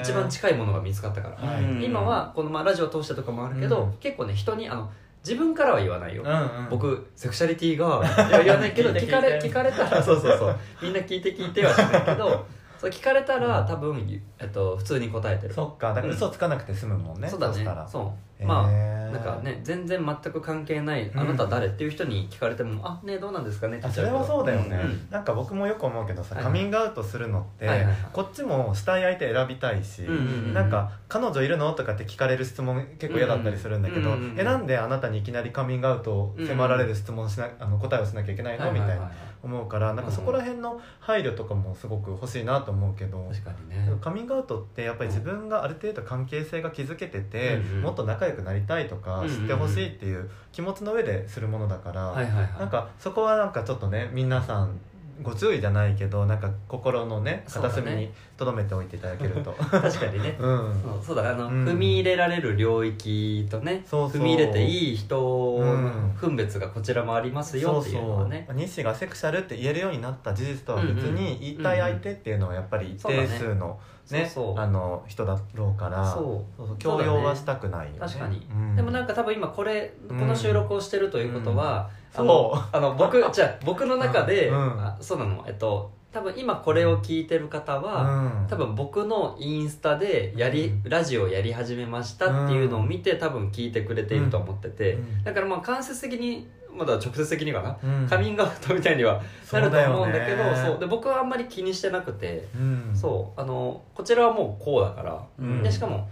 Speaker 1: え
Speaker 2: 一番近いものが見つかったから、
Speaker 1: はい
Speaker 3: うん
Speaker 2: 今はこのまあラジオ通してとかもあるけど、
Speaker 1: うん
Speaker 2: 結構ね人にあの自分からは言わないよ、
Speaker 1: うんうん、
Speaker 2: 僕セクシャリティがいや言わないけど
Speaker 1: 聞いて
Speaker 2: 聞か
Speaker 1: 聞
Speaker 2: れ
Speaker 1: いて
Speaker 2: 聞かれたらそうそうそうみんな聞いて聞いてはしないけどそれ聞かれたら多分、えっと、普通に答えてる
Speaker 1: そっかだから嘘つかなくて済むもんね、
Speaker 2: そうだ
Speaker 1: し
Speaker 2: ね
Speaker 1: たら
Speaker 2: そうまあ
Speaker 1: へー
Speaker 2: なんかね全然全く関係ない
Speaker 1: ん
Speaker 2: あなた誰っていう人に聞かれてもあねどうなんですかねって
Speaker 1: あ
Speaker 2: 言っち
Speaker 1: そ
Speaker 2: ゃう
Speaker 1: れ
Speaker 2: け
Speaker 1: はそ
Speaker 2: ど
Speaker 1: うだよね、
Speaker 2: うん
Speaker 1: なんか僕もよく思うけどさ、
Speaker 2: はいはい
Speaker 1: カミングアウトするのって、
Speaker 2: はいはいはい
Speaker 1: こっちもしたい相手選びたいし、
Speaker 2: うんうんうん
Speaker 1: なんか「彼女いるの?」とかって聞かれる質問結構嫌だったりするんだけど、
Speaker 2: うんうんうん
Speaker 1: えなんであなたにいきなりカミングアウトを迫られる質問しな、あの答えをしなきゃいけないの、みたいな思うからなんかそこら辺の配慮とかもすごく欲しいなと思うけど、
Speaker 2: 確かにね
Speaker 1: カミングアウトってやっぱり自分がある程度関係性が築けてて、
Speaker 2: うんうん
Speaker 1: もっと仲良くなりたいとか
Speaker 2: うんうんう
Speaker 1: 知
Speaker 2: ん
Speaker 1: ってほしいっていう気持ちの上でするものだから、
Speaker 2: はいはいはい
Speaker 1: なんかそこはなんかちょっとね皆さんご注意じゃないけどなんか心のね
Speaker 2: そうだ
Speaker 1: 片
Speaker 2: ね
Speaker 1: 隅に留めておいていただける と。
Speaker 2: 確かにね
Speaker 1: うん
Speaker 2: そうそうだあの、
Speaker 1: うん
Speaker 2: 踏み入れられる領域とね
Speaker 1: そうそう
Speaker 2: 踏み入れていい人
Speaker 1: うん
Speaker 2: の分別がこちらもあります
Speaker 1: そ
Speaker 2: よ
Speaker 1: う
Speaker 2: っていうのは
Speaker 1: そ
Speaker 2: ね
Speaker 1: う西がセクシャルって言えるようになった事実とは別
Speaker 2: うんうん
Speaker 1: に言いたい相手っていうのはやっぱり一定数の
Speaker 2: そう
Speaker 1: ね
Speaker 2: そう
Speaker 1: あの人だろうから
Speaker 2: そ
Speaker 1: そうそう
Speaker 2: そう
Speaker 1: 強
Speaker 2: だね
Speaker 1: 要はしたくないよね
Speaker 2: 確かに
Speaker 1: うん
Speaker 2: でもなんか多分今これ
Speaker 1: う
Speaker 2: こ
Speaker 1: ん
Speaker 2: の収録をしてるということは、
Speaker 1: うん
Speaker 2: あの
Speaker 1: そう
Speaker 2: あの僕じゃあ僕の中で、
Speaker 1: うん
Speaker 2: あそうなのえっと多分今これを聞いてる方は、
Speaker 1: うん
Speaker 2: 多分僕のインスタでやり、
Speaker 1: うん
Speaker 2: ラジオやり始めましたっていうのを見て多分聞いてくれていると思ってて、
Speaker 1: うん
Speaker 2: だからまあ間接的にまだ直接的にはな、
Speaker 1: うん
Speaker 2: カミングアウトみたいにはなると思うんだけど
Speaker 1: そ
Speaker 2: そうう
Speaker 1: だよね
Speaker 2: で僕はあんまり気にしてなくて、
Speaker 1: うん
Speaker 2: そうあのこちらはもうこうだから、
Speaker 3: うん
Speaker 2: でしかも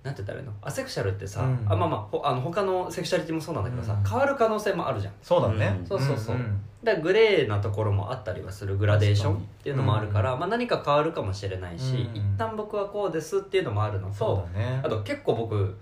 Speaker 2: なんて言ったらいいのアセクシャルってさ、
Speaker 1: うん
Speaker 2: あまあまあほあの他のセクシャリティもそうなんだけどさ、
Speaker 1: うん
Speaker 2: 変わる可能性もあるじゃん
Speaker 1: そうだね、
Speaker 3: うん
Speaker 2: そうそうそうん
Speaker 1: ん
Speaker 2: だからグレーなところもあったりはするグラデーションっていうのもあるから、まあ、何か変わるかもしれないし、
Speaker 1: うん
Speaker 2: 一旦僕はこうですっていうのもあるの
Speaker 1: そ
Speaker 2: と
Speaker 1: うだね
Speaker 2: あと結構僕、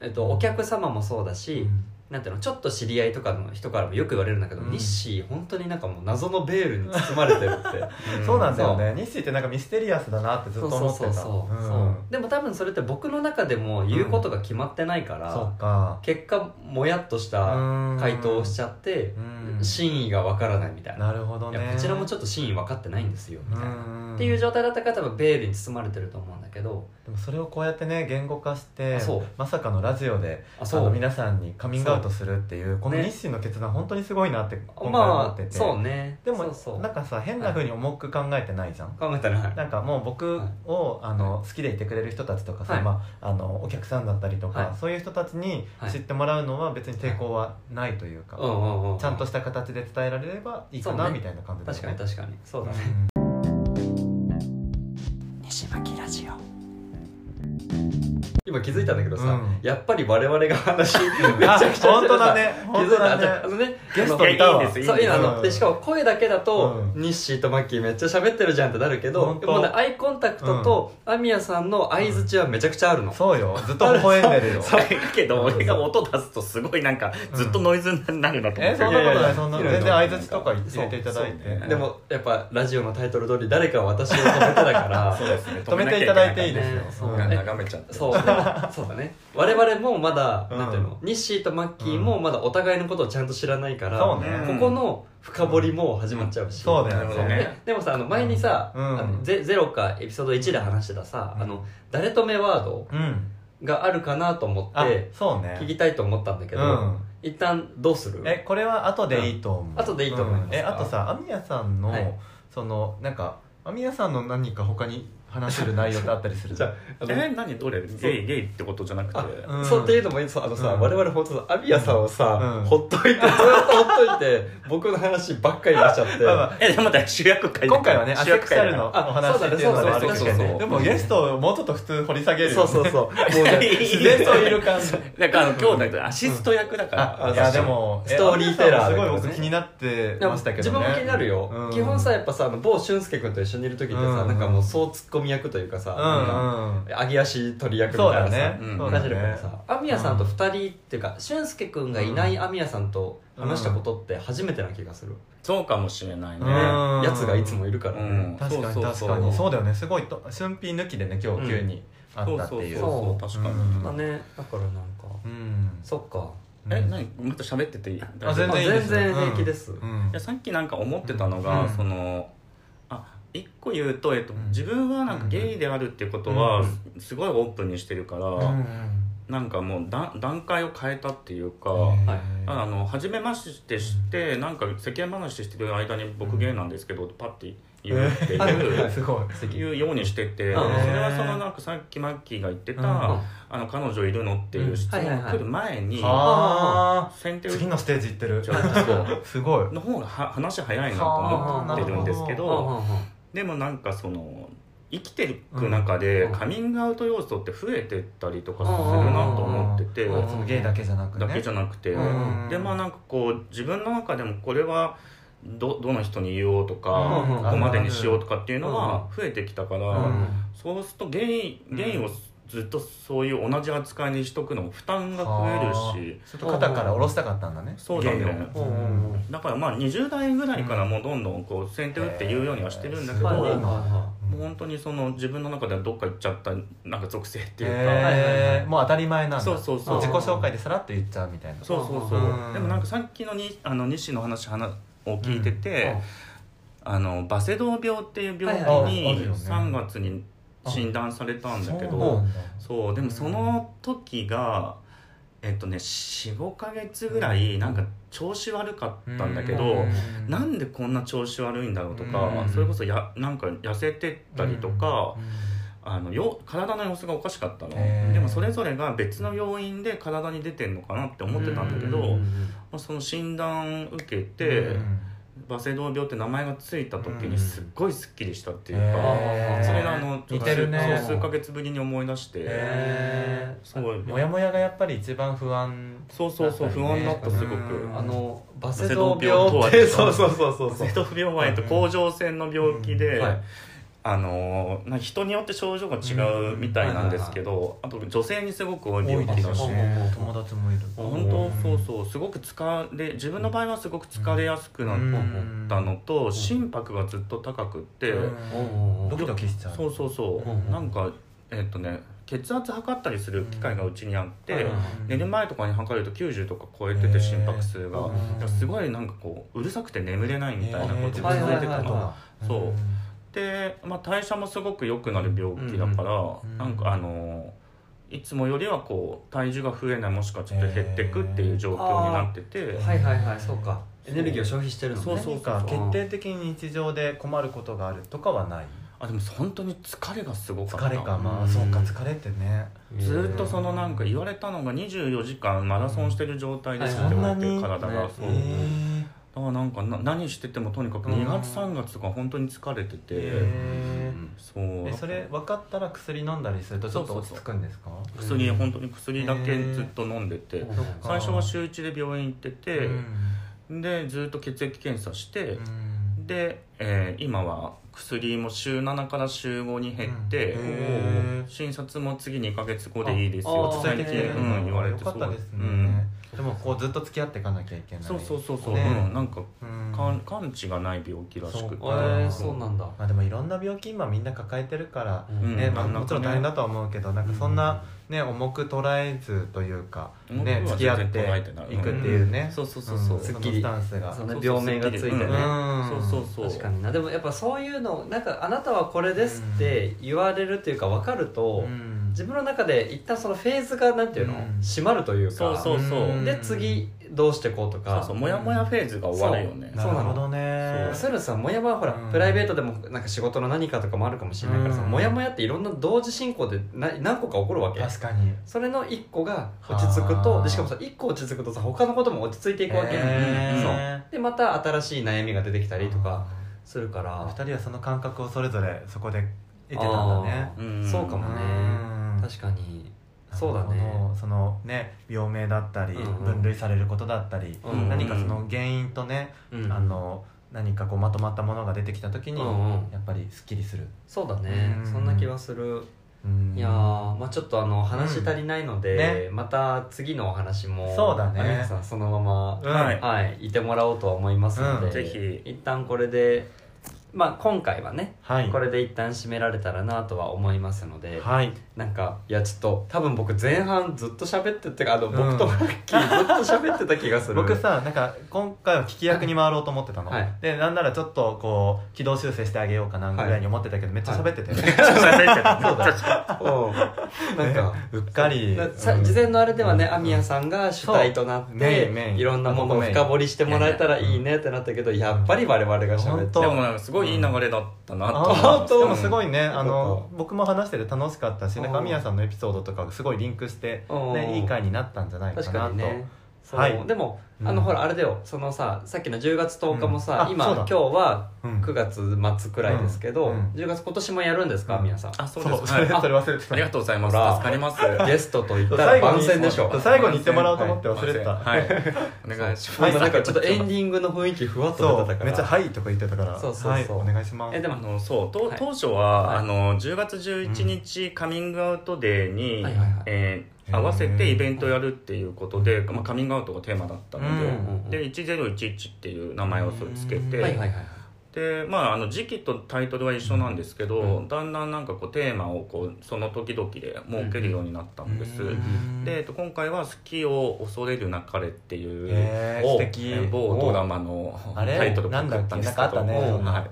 Speaker 2: えっと、お客様もそうだし、なんていうのちょっと知り合いとかの人からもよく言われるんだけど、
Speaker 1: うん
Speaker 2: ニッシー本当になんかもう謎のベールに包まれてるって
Speaker 1: うんそうなんだよ
Speaker 2: そ
Speaker 1: ね西ってなんかミステリアスだなってずっと
Speaker 2: そうそ
Speaker 1: 思
Speaker 2: う
Speaker 1: って
Speaker 2: そ
Speaker 1: た
Speaker 2: うそう、
Speaker 1: ん
Speaker 2: そうでも多分それって僕の中でも言うことが決まってないから、
Speaker 1: そっか
Speaker 2: 結果もやっとした回答をしちゃって
Speaker 1: う、ん
Speaker 2: 真意がわからないみたいな
Speaker 1: なるほど
Speaker 2: いや
Speaker 1: ね
Speaker 2: こちらもち
Speaker 1: ょっ
Speaker 2: ょっと真意分かってないんですよみたいな、
Speaker 1: な
Speaker 2: っていう状態だったから多分ベールに包まれてると思うんだけど
Speaker 1: でもそれをこうやってね言語化して
Speaker 2: あそう
Speaker 1: まさかのラジオで
Speaker 2: あ
Speaker 1: あの皆さんにカミングアウトするっていうこの
Speaker 2: ね
Speaker 1: 日誌の決断本当にすごいなって今回思
Speaker 2: ま
Speaker 1: って
Speaker 2: あ
Speaker 1: て、
Speaker 2: そうね
Speaker 1: でも
Speaker 2: そうそう
Speaker 1: なんかさ変なふうに重く考えてないじゃん、
Speaker 2: 考えたら
Speaker 1: なんかもう僕を、あの好きでいてくれる人たちとかさ、
Speaker 2: はい
Speaker 1: まあ、あのお客さんだったりとか、
Speaker 2: はい
Speaker 1: そういう人たちに
Speaker 2: はい
Speaker 1: 知ってもらうのは別に抵抗はないというか、
Speaker 2: うんうんうん
Speaker 1: ちゃんとした形で伝えられればいいか
Speaker 2: そ
Speaker 1: な、
Speaker 2: うね
Speaker 1: みたいな感じだ
Speaker 2: 確か
Speaker 1: よ
Speaker 2: に
Speaker 1: ね。
Speaker 2: 確かにそうだね
Speaker 1: うん
Speaker 2: 西巻ラジオ今気づいたんだけどさ、
Speaker 1: うん
Speaker 2: やっぱり我々 が話めち
Speaker 1: あ
Speaker 2: ゃくちゃ
Speaker 1: 本当だね
Speaker 2: 気
Speaker 1: 本
Speaker 2: づい
Speaker 1: 当
Speaker 2: たあ
Speaker 1: だ
Speaker 2: じゃああ
Speaker 1: ね
Speaker 2: のね
Speaker 1: ゲストいたわ
Speaker 3: いやいいんです
Speaker 2: そういいのあ
Speaker 1: う
Speaker 2: の
Speaker 1: ん
Speaker 2: でしかも声だけだと、
Speaker 1: う
Speaker 2: ニッシーとマッキーめっちゃ喋ってるじゃんってなるけど
Speaker 1: 本当
Speaker 2: でもねアイコンタクトとアミヤさんの相づちはめちゃくちゃあるの、
Speaker 1: そうよずっと微笑んでるよ
Speaker 3: それけど俺が音出すとすごいなんかずっとノイズになるなと思
Speaker 1: え
Speaker 3: って
Speaker 1: そんなこと
Speaker 2: いやいやい
Speaker 1: な
Speaker 2: や
Speaker 1: いそんな
Speaker 2: 綺
Speaker 1: 全
Speaker 2: 麗な
Speaker 1: 然相づちとか入れていただい
Speaker 3: そうそう
Speaker 1: て
Speaker 3: ね
Speaker 2: でもやっぱラジオのタイトル通り誰かは私を止めてだか ら
Speaker 3: そうですね
Speaker 1: 止めていただいていいですよ
Speaker 2: ね、そううんね
Speaker 3: 眺めちゃった
Speaker 2: そうそうだね我々もまだ、
Speaker 1: うん
Speaker 2: なんていうのニッシーとマッキーもまだお互いのことをちゃんと知らないから、
Speaker 1: そうね
Speaker 2: ここの深掘りも始まっちゃうし、
Speaker 1: そうだ
Speaker 3: なるほ
Speaker 1: よ
Speaker 3: ど
Speaker 1: ね
Speaker 3: ね
Speaker 2: ででもさあの前にさ、
Speaker 1: うん
Speaker 2: あのゼゼロかエピソード1で話してたさ、
Speaker 1: うん
Speaker 2: あの誰とめワード
Speaker 1: うん
Speaker 2: があるかなと思っ
Speaker 1: あ
Speaker 2: て
Speaker 1: そうね
Speaker 2: 聞きたいと思ったんだけ
Speaker 1: う
Speaker 2: ど、
Speaker 1: ん
Speaker 2: 一旦どうする
Speaker 1: えこれは後でいいと思う、
Speaker 2: うん後でいいと思います
Speaker 1: んえあとさ網谷さんの、
Speaker 2: はい
Speaker 1: そのなんか網谷さんの何か他に話せる内容ってあったりする
Speaker 2: じゃああの
Speaker 3: え何どれゲイゲイってことじゃなくて
Speaker 2: あ
Speaker 1: うん
Speaker 2: そうっていうのもいいそうあのさ、
Speaker 1: うん
Speaker 2: 我々本当さアビアさんをさ、
Speaker 1: うん
Speaker 2: ほっといてずっとほっといて僕の話ばっかりになっちゃって
Speaker 1: まあまあ
Speaker 3: えでもだ主役会
Speaker 1: 今回はねアセクシャルのお
Speaker 2: あ
Speaker 1: 話っていうのもあるけど
Speaker 3: そうだねそうそうそうそう
Speaker 1: ねでもゲストをもうちょっと普通掘り下げる
Speaker 2: そうそう
Speaker 1: う
Speaker 2: そうもうね
Speaker 1: 自然といる感じ
Speaker 3: だからあの今日だけどアシスト役だか
Speaker 1: あ
Speaker 3: ら
Speaker 1: いやでも
Speaker 2: ストーリーテラーだ
Speaker 1: す
Speaker 2: か
Speaker 1: ご
Speaker 2: ら
Speaker 1: い
Speaker 2: ね
Speaker 1: 僕気になって
Speaker 2: でも
Speaker 1: ましたけ
Speaker 2: 自
Speaker 1: どね
Speaker 2: 分も気になるよ、
Speaker 1: うん
Speaker 2: 基本さやっぱさあの某俊介君と一緒にいる時ってさ、
Speaker 1: うん
Speaker 2: なんかもうそうツッコミ役というかさ、なんか
Speaker 1: うんうん
Speaker 2: 揚げ足取り役み
Speaker 1: そう
Speaker 2: た
Speaker 1: だ
Speaker 2: いなさ
Speaker 1: ね
Speaker 3: うん
Speaker 1: そうだ
Speaker 2: 話してるから
Speaker 1: ね
Speaker 2: さ網谷さんと二人っていうか俊介君がいない網谷さんと話したことって初めてな気がする、
Speaker 3: そうかもしれないね
Speaker 1: うん
Speaker 2: やつがいつもいるからね、
Speaker 3: うん
Speaker 1: 確か
Speaker 3: そ
Speaker 1: に
Speaker 3: うそう
Speaker 1: 確
Speaker 3: そう
Speaker 1: かにそうだよねすごいと春品抜きでね今日急にあ
Speaker 3: そ
Speaker 1: っ
Speaker 3: う
Speaker 1: た
Speaker 3: そう
Speaker 1: ってい
Speaker 3: そう
Speaker 1: う
Speaker 3: そう確かに
Speaker 1: うん
Speaker 2: だねだからなんか、
Speaker 1: うん
Speaker 2: そっか
Speaker 3: え何また喋ってていい
Speaker 1: あ全然いいですよ
Speaker 2: 全然平気です
Speaker 1: うんうん
Speaker 3: いやさっきなんか思ってたのが、
Speaker 1: うん
Speaker 3: そのあ一個言うと、えっと
Speaker 1: うん
Speaker 3: 自分はなんかゲイであるっていうことは、
Speaker 1: う
Speaker 3: すごいオープンにしてるから、なんかもうだ段階を変えたっていうか、
Speaker 2: はい
Speaker 3: あの初めましてして、なんか世間話してる間に僕ゲイなんですけど、パッて言うっていう。
Speaker 1: すごい素敵
Speaker 3: いうようにしてて、
Speaker 2: うん
Speaker 3: それはそのなんかさっきマッキーが言ってた「
Speaker 1: うん
Speaker 3: あの彼女いるの?」っていう質問
Speaker 2: うんはいはいは
Speaker 3: が
Speaker 2: い
Speaker 3: 来る前に
Speaker 1: あ
Speaker 3: 先手
Speaker 1: ー次
Speaker 3: 打
Speaker 1: のステージ行ってる
Speaker 3: ちゃう
Speaker 1: すごい
Speaker 3: の方がは話早いなと思ってるんですけ
Speaker 1: うは
Speaker 2: うん
Speaker 3: ど
Speaker 2: うんうん
Speaker 3: でもなんかその生きていく中で
Speaker 2: うん
Speaker 3: カミングアウト要素って増えてったりとかするなと思ってて
Speaker 1: うんうんうんうんそのゲイだけじゃなくね
Speaker 3: だけじゃなくて
Speaker 1: うん
Speaker 3: でまあなんかこう自分の中でもこれはどどの人に言おうと
Speaker 2: う
Speaker 3: か
Speaker 2: んうん
Speaker 3: ここまでにしようとかっていうのは増えてきたから。
Speaker 1: うん
Speaker 3: そうすると原因
Speaker 1: うん
Speaker 3: 原因をずっとそういう同じ扱いにしとくのも負担が増えるし
Speaker 1: ちょっと肩から下ろしたかったんだね
Speaker 3: そうだね
Speaker 1: ゲイを
Speaker 2: うんうんうん
Speaker 3: だからまあ20代ぐらいからもうどんどんこう先手打って言うようにはしてるんだけど、
Speaker 1: へー
Speaker 2: はいはいはい
Speaker 3: も
Speaker 2: は
Speaker 3: う本当にその自分の中ではどっか行っちゃったなんか属性っていうか、
Speaker 1: えーもう当たり前なんだ
Speaker 3: そうそうそう
Speaker 1: 自己紹介でさらっと言っちゃうみたいな
Speaker 3: そうそうそう、
Speaker 1: うん
Speaker 3: でもなんかさっきのにあの西の話話を聞いて
Speaker 2: い
Speaker 3: て、あのバセドウ病っていう病
Speaker 2: はい
Speaker 1: はいはいあある
Speaker 3: 気
Speaker 1: よ
Speaker 3: に
Speaker 1: ね
Speaker 3: 3月に診断されたんだけど、
Speaker 1: そうなんだ
Speaker 3: そうでもその時がえっとね45か月ぐらいなんか調子悪かったんだけど、
Speaker 1: うん
Speaker 3: なんでこんな調子悪いんだろうとか、
Speaker 1: うん
Speaker 3: それこそやなんか痩せてったりとか、あのよ体の様子がおかしかったの、
Speaker 1: へー
Speaker 3: でもそれぞれが別の要因で体に出てんのかなって思ってたんだけど、
Speaker 1: うん
Speaker 3: まあその診断受けて、
Speaker 1: うん
Speaker 3: バセドウ病って名前がついた時にすっごいすっきりしたっていうか、
Speaker 1: へー
Speaker 3: それがあのちょ
Speaker 1: 似
Speaker 3: っと
Speaker 1: てるね
Speaker 3: 数数ヶ月ぶりに思い出して。
Speaker 1: へー
Speaker 3: すごい
Speaker 1: もやもやがやっぱり一番不安
Speaker 3: そうそうそう不安だったすご
Speaker 1: うん
Speaker 3: く
Speaker 2: あのバセ
Speaker 3: セ
Speaker 2: ド
Speaker 3: ド
Speaker 2: ウ
Speaker 3: ウ
Speaker 2: 病
Speaker 3: 病
Speaker 2: と
Speaker 3: と
Speaker 2: は
Speaker 3: は
Speaker 1: えそうそうそうそうそう
Speaker 3: 瀬戸病はえっと甲状腺の病気で、
Speaker 2: うんはい
Speaker 3: あのーな人によって症状が違うみたいなんですけど、あと女性にすごく多い病気だし
Speaker 2: 多いですね
Speaker 1: 友達もいる
Speaker 3: 本当そうそうすごく疲れ自分の場合はすごく疲れやすくなったのと、心拍がずっと高くって、
Speaker 2: うんうん
Speaker 1: ドキドキしちゃう
Speaker 3: そうそうそ
Speaker 2: う
Speaker 3: う、
Speaker 2: ん
Speaker 3: なんかえっとね血圧測ったりする機会がうちにあって、
Speaker 2: うん
Speaker 3: 寝る前とかに測ると90とか超えてて心拍数が、
Speaker 2: うん
Speaker 3: いやすごいなんかこううるさくて眠れないみたいなことが
Speaker 2: えー
Speaker 3: 続い
Speaker 2: 自
Speaker 3: て
Speaker 2: 分の
Speaker 3: た
Speaker 2: こと
Speaker 3: の。
Speaker 2: が
Speaker 3: そうで、まあ、代謝もすごく良くなる病気だから、
Speaker 1: うん
Speaker 3: なんかあのいつもよりはこう体重が増えないもしくはちょっと減ってくっていう状況になってて、
Speaker 2: はいはいはいそうかエネルギーを消費してるのね
Speaker 3: そう
Speaker 1: そ
Speaker 3: そうう
Speaker 1: か
Speaker 3: か
Speaker 1: 決定的に日常で困ることがあるとかはない
Speaker 3: あでも本当に疲れがすごかった
Speaker 1: 疲れかまあ
Speaker 2: うん
Speaker 1: そうか疲れってね
Speaker 3: ずっとそのなんか言われたのが24時間マラソンしてる状態ですって言われて
Speaker 1: はいはい
Speaker 3: 体が
Speaker 2: そ
Speaker 3: そ
Speaker 2: んな
Speaker 3: う、
Speaker 2: にね
Speaker 3: だからなんかな何しててもとにかく2月3月とか本当に疲れてて、
Speaker 1: え
Speaker 3: そう
Speaker 1: えそれ分かったら薬飲んだりするとちょっと落ち着くんですか
Speaker 3: 薬本当に薬だけずっと飲んでて、
Speaker 2: うん
Speaker 3: 最初は週1で病院行ってて、
Speaker 1: うん
Speaker 3: でずっと血液検査して
Speaker 1: う、ん
Speaker 3: で、えー今は薬も週7から週5に減って、
Speaker 1: うんへー
Speaker 3: 診察も次2か月後でいいですよ
Speaker 2: あ
Speaker 3: って
Speaker 2: あ
Speaker 1: 伝
Speaker 3: 最
Speaker 1: え
Speaker 3: 近
Speaker 1: てきてる
Speaker 3: う
Speaker 1: の
Speaker 3: ん言われ
Speaker 1: よ
Speaker 3: て
Speaker 1: かったですね
Speaker 3: う、
Speaker 1: でもこうずっと付き合っていかなきゃいけなんい
Speaker 3: そうそうそうそう、
Speaker 1: ね
Speaker 3: うん、なんか
Speaker 1: うん
Speaker 3: 完完治がない病気らしくて
Speaker 1: そうか
Speaker 2: えーそうなんだ
Speaker 1: まあでもいろんな病気今みんな抱えてるから
Speaker 2: うん
Speaker 1: ね
Speaker 3: うん
Speaker 1: まあ
Speaker 3: なんだかね
Speaker 1: もちろん大変だとは思うけどなんかそんなね重く捉えずというか
Speaker 3: 重く
Speaker 1: ね
Speaker 3: は
Speaker 1: 付き合っ
Speaker 3: 全然捉えてない
Speaker 1: ていくっていうね
Speaker 3: そうそうそうそうん
Speaker 1: そ
Speaker 2: すっ
Speaker 1: の
Speaker 2: きり
Speaker 1: スタンスが
Speaker 2: その病名がついてね
Speaker 1: うん
Speaker 3: そうそうそう
Speaker 2: 確かになでもやっぱそういうのなんかあなたはこれですって言われるというか分かると
Speaker 1: うん
Speaker 2: 自分の中で一旦そのフェーズがなんていうの
Speaker 1: うん
Speaker 2: 閉まるという
Speaker 3: そうそ
Speaker 2: か
Speaker 3: うそう、
Speaker 1: うん
Speaker 2: で次どうしてこうと
Speaker 3: そう
Speaker 2: か
Speaker 3: そうモヤモヤフェーズが終わるよね
Speaker 2: そ
Speaker 1: な
Speaker 2: う
Speaker 1: るほどね
Speaker 2: そういうのさもやもやほら、
Speaker 1: うん
Speaker 2: プライベートでもなんか仕事の何かとかもあるかもしれないからさ、
Speaker 1: うん
Speaker 2: もやもやっていろんな同時進行でな何個か起こるわけ
Speaker 1: 確かに
Speaker 2: それの1個が落ち着くと
Speaker 1: はあ
Speaker 2: でしかもさ1個落ち着くとさ他のことも落ち着いていくわけ、
Speaker 1: へー
Speaker 2: そうでまた新しい悩みが出てきたりとかするか
Speaker 1: あ
Speaker 2: ら
Speaker 1: 二人はその感覚をそれぞれそこで得てたんだね
Speaker 3: うん
Speaker 2: そうかもね
Speaker 1: うん
Speaker 2: 確かにそうだ
Speaker 1: なるほ
Speaker 2: ね
Speaker 1: どそのね病名だったり
Speaker 2: うんうん
Speaker 1: 分類されることだったり
Speaker 2: うん
Speaker 1: 何かその原因とね
Speaker 2: うん
Speaker 1: あの何かこうまとまったものが出てきた時に
Speaker 2: うんうん
Speaker 1: やっぱりすっきりする
Speaker 2: そうだね、
Speaker 1: うん
Speaker 2: そんな気はする
Speaker 1: うん
Speaker 2: いやーまあちょっとあの話足りないので、
Speaker 1: ね
Speaker 2: また次のお話も
Speaker 1: そうだね
Speaker 2: 有吉さんそのまま
Speaker 1: うん
Speaker 3: はい
Speaker 2: はい、いてもらおうとは思いますので、
Speaker 1: うん
Speaker 3: ぜひ
Speaker 2: 一旦これで、まあ、今回はね、
Speaker 1: はい
Speaker 2: これで一旦締められたらなとは思いますので、
Speaker 1: はい
Speaker 2: なんかいやちょっと多分僕前半ずっと喋っててあの、
Speaker 1: うん
Speaker 2: 僕とマッ キーずっと喋ってた気がする
Speaker 1: 僕さなんか今回は聞き役に回ろうと思ってたの、
Speaker 2: はい
Speaker 1: でなんならちょっとこう軌道修正してあげようかなぐらいに思ってたけど、めっちゃ喋って たよね、
Speaker 3: 喋ってた
Speaker 2: そうだうんなんか
Speaker 1: うっかり
Speaker 2: なさ事前のあれではね、
Speaker 1: うん
Speaker 2: アミヤさんが主体となっ
Speaker 1: そうメイ
Speaker 2: て
Speaker 1: ンメイン
Speaker 2: いろんなものを深掘りしてもらえたらいいねってなったけどやっぱり我々が喋って
Speaker 1: 本
Speaker 3: で
Speaker 1: 当
Speaker 3: もなんかすごごいいい流れだったなと
Speaker 1: あ
Speaker 3: 思
Speaker 1: で
Speaker 3: い
Speaker 1: も
Speaker 3: ます
Speaker 1: すごいねあ
Speaker 2: よか
Speaker 1: の僕も話してて楽しかったし
Speaker 2: うん
Speaker 1: 中宮さんのエピソードとかがすごいリンクして、
Speaker 2: うん
Speaker 1: ね、いい回になったんじゃないか
Speaker 2: 確
Speaker 1: な
Speaker 2: か
Speaker 1: と、
Speaker 2: にねそう、
Speaker 1: はい
Speaker 2: でも
Speaker 1: うん
Speaker 2: あのほらあれだよそのささっきの10月10日もさ、
Speaker 1: うんあ
Speaker 2: 今
Speaker 1: そう
Speaker 2: 今
Speaker 1: だ
Speaker 2: 日は
Speaker 1: うん
Speaker 2: 9月末くらいですけ
Speaker 1: う
Speaker 2: ど、
Speaker 1: んうん
Speaker 2: 10月今年もやるんですか、
Speaker 1: うん
Speaker 2: 皆さん
Speaker 3: あそう
Speaker 1: そう
Speaker 3: です
Speaker 1: それ
Speaker 3: はい
Speaker 1: それ忘れて
Speaker 3: あ
Speaker 1: た
Speaker 3: りがとうございます
Speaker 2: ほら
Speaker 3: 助かります
Speaker 2: ゲストと言ったら
Speaker 1: 最後
Speaker 2: 番
Speaker 1: に
Speaker 2: 宣でしょ
Speaker 1: そう最後に言ってもらおうと思って忘れてた
Speaker 3: はいお願いし
Speaker 2: も
Speaker 3: ま
Speaker 2: う
Speaker 3: す
Speaker 2: なんかちょっとエンディングの雰囲気ふわっ
Speaker 1: そ
Speaker 2: と
Speaker 1: う
Speaker 2: 出てたから
Speaker 1: めっちゃ「はい」とか言ってたから
Speaker 2: そうそうそう
Speaker 1: はい、お願いします
Speaker 2: えで
Speaker 3: あ
Speaker 2: も
Speaker 3: のそうと
Speaker 2: はい
Speaker 3: 当初は、
Speaker 2: はい
Speaker 3: あの10月11日、カミングアウトデーに、
Speaker 2: はいはいはい
Speaker 3: え
Speaker 1: へ
Speaker 3: ー
Speaker 1: ー
Speaker 3: 合わせてイベントやるっていうことで、まあ、カミングアウトがテーマだったので,、
Speaker 1: うん
Speaker 2: うんうん
Speaker 3: で1011っていう名前をそれつけて、
Speaker 1: うん
Speaker 2: はいはいはい
Speaker 3: でまああの時期とタイトルは一緒なんですけど、
Speaker 2: う
Speaker 3: だんだんなんかこうテーマをこうその時々で設けるようになったんです、
Speaker 1: うん
Speaker 3: で、えっと、今回は「好きを恐れるなかれ」っていう、
Speaker 1: へー
Speaker 3: を
Speaker 1: 素敵
Speaker 3: えー某ドラマの
Speaker 1: あれ
Speaker 3: タイトルを作ったんですけど
Speaker 1: なんだっけなんかあったね
Speaker 3: はい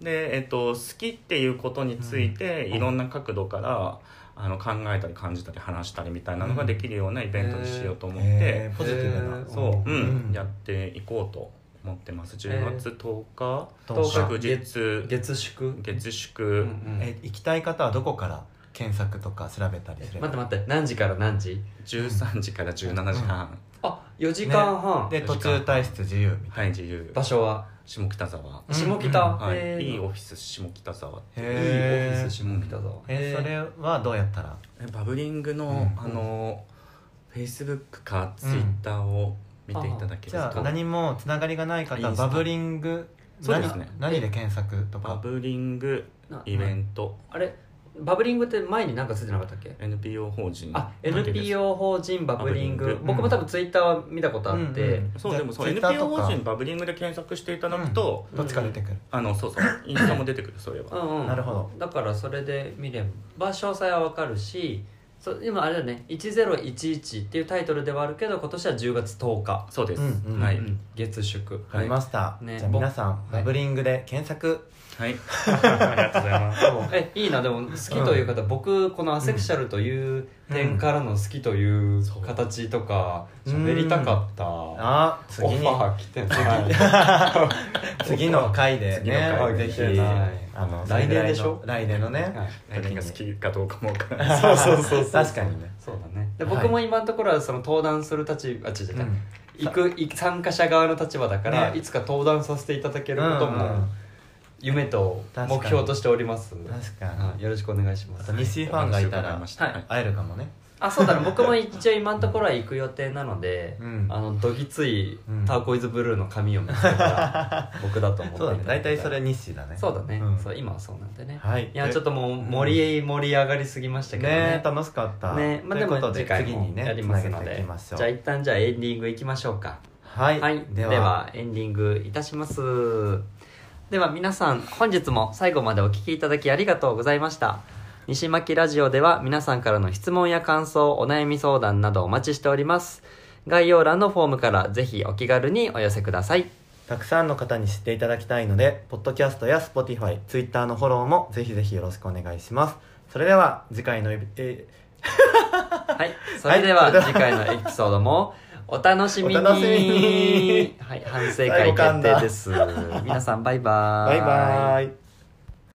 Speaker 1: うん
Speaker 3: で、えっと、好きっていうことについて、
Speaker 1: うん
Speaker 3: いろんな角度からあの考えたり感じたり話したりみたいなのができるようなイベントにしようと思って、
Speaker 1: えーポジティブな、
Speaker 2: えー
Speaker 3: そう、うん
Speaker 1: うん
Speaker 3: やっていこうと思ってます10月10日、
Speaker 1: どうしよう
Speaker 2: 10
Speaker 3: 祝日
Speaker 2: 月祝
Speaker 3: 月祝、
Speaker 2: うんうん
Speaker 1: え行きたい方はどこから検索とか調べたりすれ
Speaker 2: 待
Speaker 1: ば
Speaker 2: って待って何時から何時
Speaker 3: 13時から17時半、
Speaker 2: あ4時間半、
Speaker 1: で途中退出自由みたいな
Speaker 3: はい自由
Speaker 2: 場所は
Speaker 3: 下北沢、
Speaker 1: うん
Speaker 2: 下北、
Speaker 3: はい、いい
Speaker 2: いいオ
Speaker 3: オフィス下北沢って
Speaker 2: フ
Speaker 1: へー
Speaker 2: ィス下北沢
Speaker 1: えそれはどうやったら
Speaker 3: えバブリングの、
Speaker 1: うん
Speaker 3: あのフェイスブックかツイッターを見ていただけ
Speaker 1: じ
Speaker 3: る
Speaker 1: ゃ
Speaker 3: と、
Speaker 1: あ何もつながりがない方
Speaker 3: イ
Speaker 1: は
Speaker 3: ンスタ
Speaker 1: バブリング
Speaker 3: そうですね
Speaker 1: 何何で検索と
Speaker 3: バ
Speaker 1: か
Speaker 3: ブリング
Speaker 2: な
Speaker 3: イベント
Speaker 2: あれバブリングって前に何かついてなかったっけ
Speaker 3: NPO 法人
Speaker 2: あ NPO 法人バブリング
Speaker 3: バブリング
Speaker 2: 僕も多分ツイッターは見たことあって、
Speaker 1: うんうん
Speaker 3: そう
Speaker 1: じゃあ
Speaker 3: でもそう
Speaker 1: Twitter
Speaker 3: NPO
Speaker 1: とか
Speaker 3: 法人バブリングで検索していただくと、
Speaker 1: どっちか出てくる
Speaker 3: あのそうそうインスタも出てくるそれ
Speaker 2: う
Speaker 3: は、
Speaker 2: んうん
Speaker 1: なるほど
Speaker 2: だからそれで見れば詳細はわかるしそう今あれだね「1011」っていうタイトルではあるけど今年は10月10日、
Speaker 3: そうです、
Speaker 1: うんうん
Speaker 3: は
Speaker 2: う
Speaker 3: い、
Speaker 2: ん、月祝
Speaker 1: わかりました
Speaker 2: ね
Speaker 1: じゃあ皆さん
Speaker 2: ぼ
Speaker 1: バブリングで検索
Speaker 3: はいありがとうございます
Speaker 2: えいいなでも好きという方、僕このアセクシャルという点からの好きという形とか
Speaker 1: うん
Speaker 2: 喋りたかった、
Speaker 1: あー次
Speaker 2: オフ
Speaker 1: に
Speaker 2: ァー来てない
Speaker 1: 次の回で
Speaker 3: 次の回
Speaker 1: ね
Speaker 3: で
Speaker 1: ぜひ
Speaker 2: はい
Speaker 1: あの
Speaker 2: 来年でしょ
Speaker 1: 来年の ね
Speaker 2: はい
Speaker 3: 来年が好きかどうかもわからない
Speaker 1: そうそうそう確かにね
Speaker 2: そうだねで
Speaker 1: はい
Speaker 2: 僕も今のところはその登壇する立場あ違う違う違う、
Speaker 1: うん
Speaker 2: 行く行く参加者側の立場だから、
Speaker 1: ね
Speaker 2: いつか登壇させていただけること
Speaker 1: うんうん
Speaker 2: も夢と
Speaker 1: 確かに
Speaker 2: 目標としております
Speaker 1: 確かに
Speaker 2: はいよろしくお願いしま
Speaker 1: あ
Speaker 2: す
Speaker 1: と西ファンがいたら
Speaker 3: はい
Speaker 1: 会えるかもね
Speaker 2: あそうだね僕も一応今のところは行く予定なので、
Speaker 1: うん
Speaker 2: あのどぎつい
Speaker 1: うん
Speaker 2: ターコイズブルーの髪を見つけた ら僕だと思って
Speaker 1: そうだね
Speaker 2: た
Speaker 1: 大
Speaker 2: だけたら
Speaker 1: 体それ日誌だね
Speaker 2: そうだね、
Speaker 1: ん
Speaker 2: そう今はそうなんでね、
Speaker 1: はい
Speaker 2: や
Speaker 1: で
Speaker 2: ちょっともう盛り盛り上がりすぎましたけど
Speaker 1: ね楽しかった
Speaker 2: ね、まあ、で
Speaker 1: ということ
Speaker 2: も
Speaker 1: で
Speaker 2: 次回
Speaker 1: 次に
Speaker 2: も
Speaker 1: ね
Speaker 2: やりますの
Speaker 1: つなげて
Speaker 2: で
Speaker 1: いきましょう
Speaker 2: じゃあ一旦じゃあエンディングいきましょうか
Speaker 1: はい
Speaker 2: はいではエンディングいたしますでは皆さん本日も最後までお聞きいただきありがとうございました西巻ラジオでは皆さんからの質問や感想お悩み相談などお待ちしております概要欄のフォームからぜひお気軽にお寄せください
Speaker 1: たくさんの方に知っていただきたいので、ポッドキャストや Spotify、Twitter のフォローもぜひぜひよろしくお願いします。それでは次回のエピ、え
Speaker 2: はいそれでは
Speaker 1: はいそれでは
Speaker 2: 次回のエピソードもお楽しみに
Speaker 1: お楽しみに
Speaker 2: はい反省会決定です皆さんバイバ
Speaker 1: ー
Speaker 2: ー
Speaker 1: バイバーイ。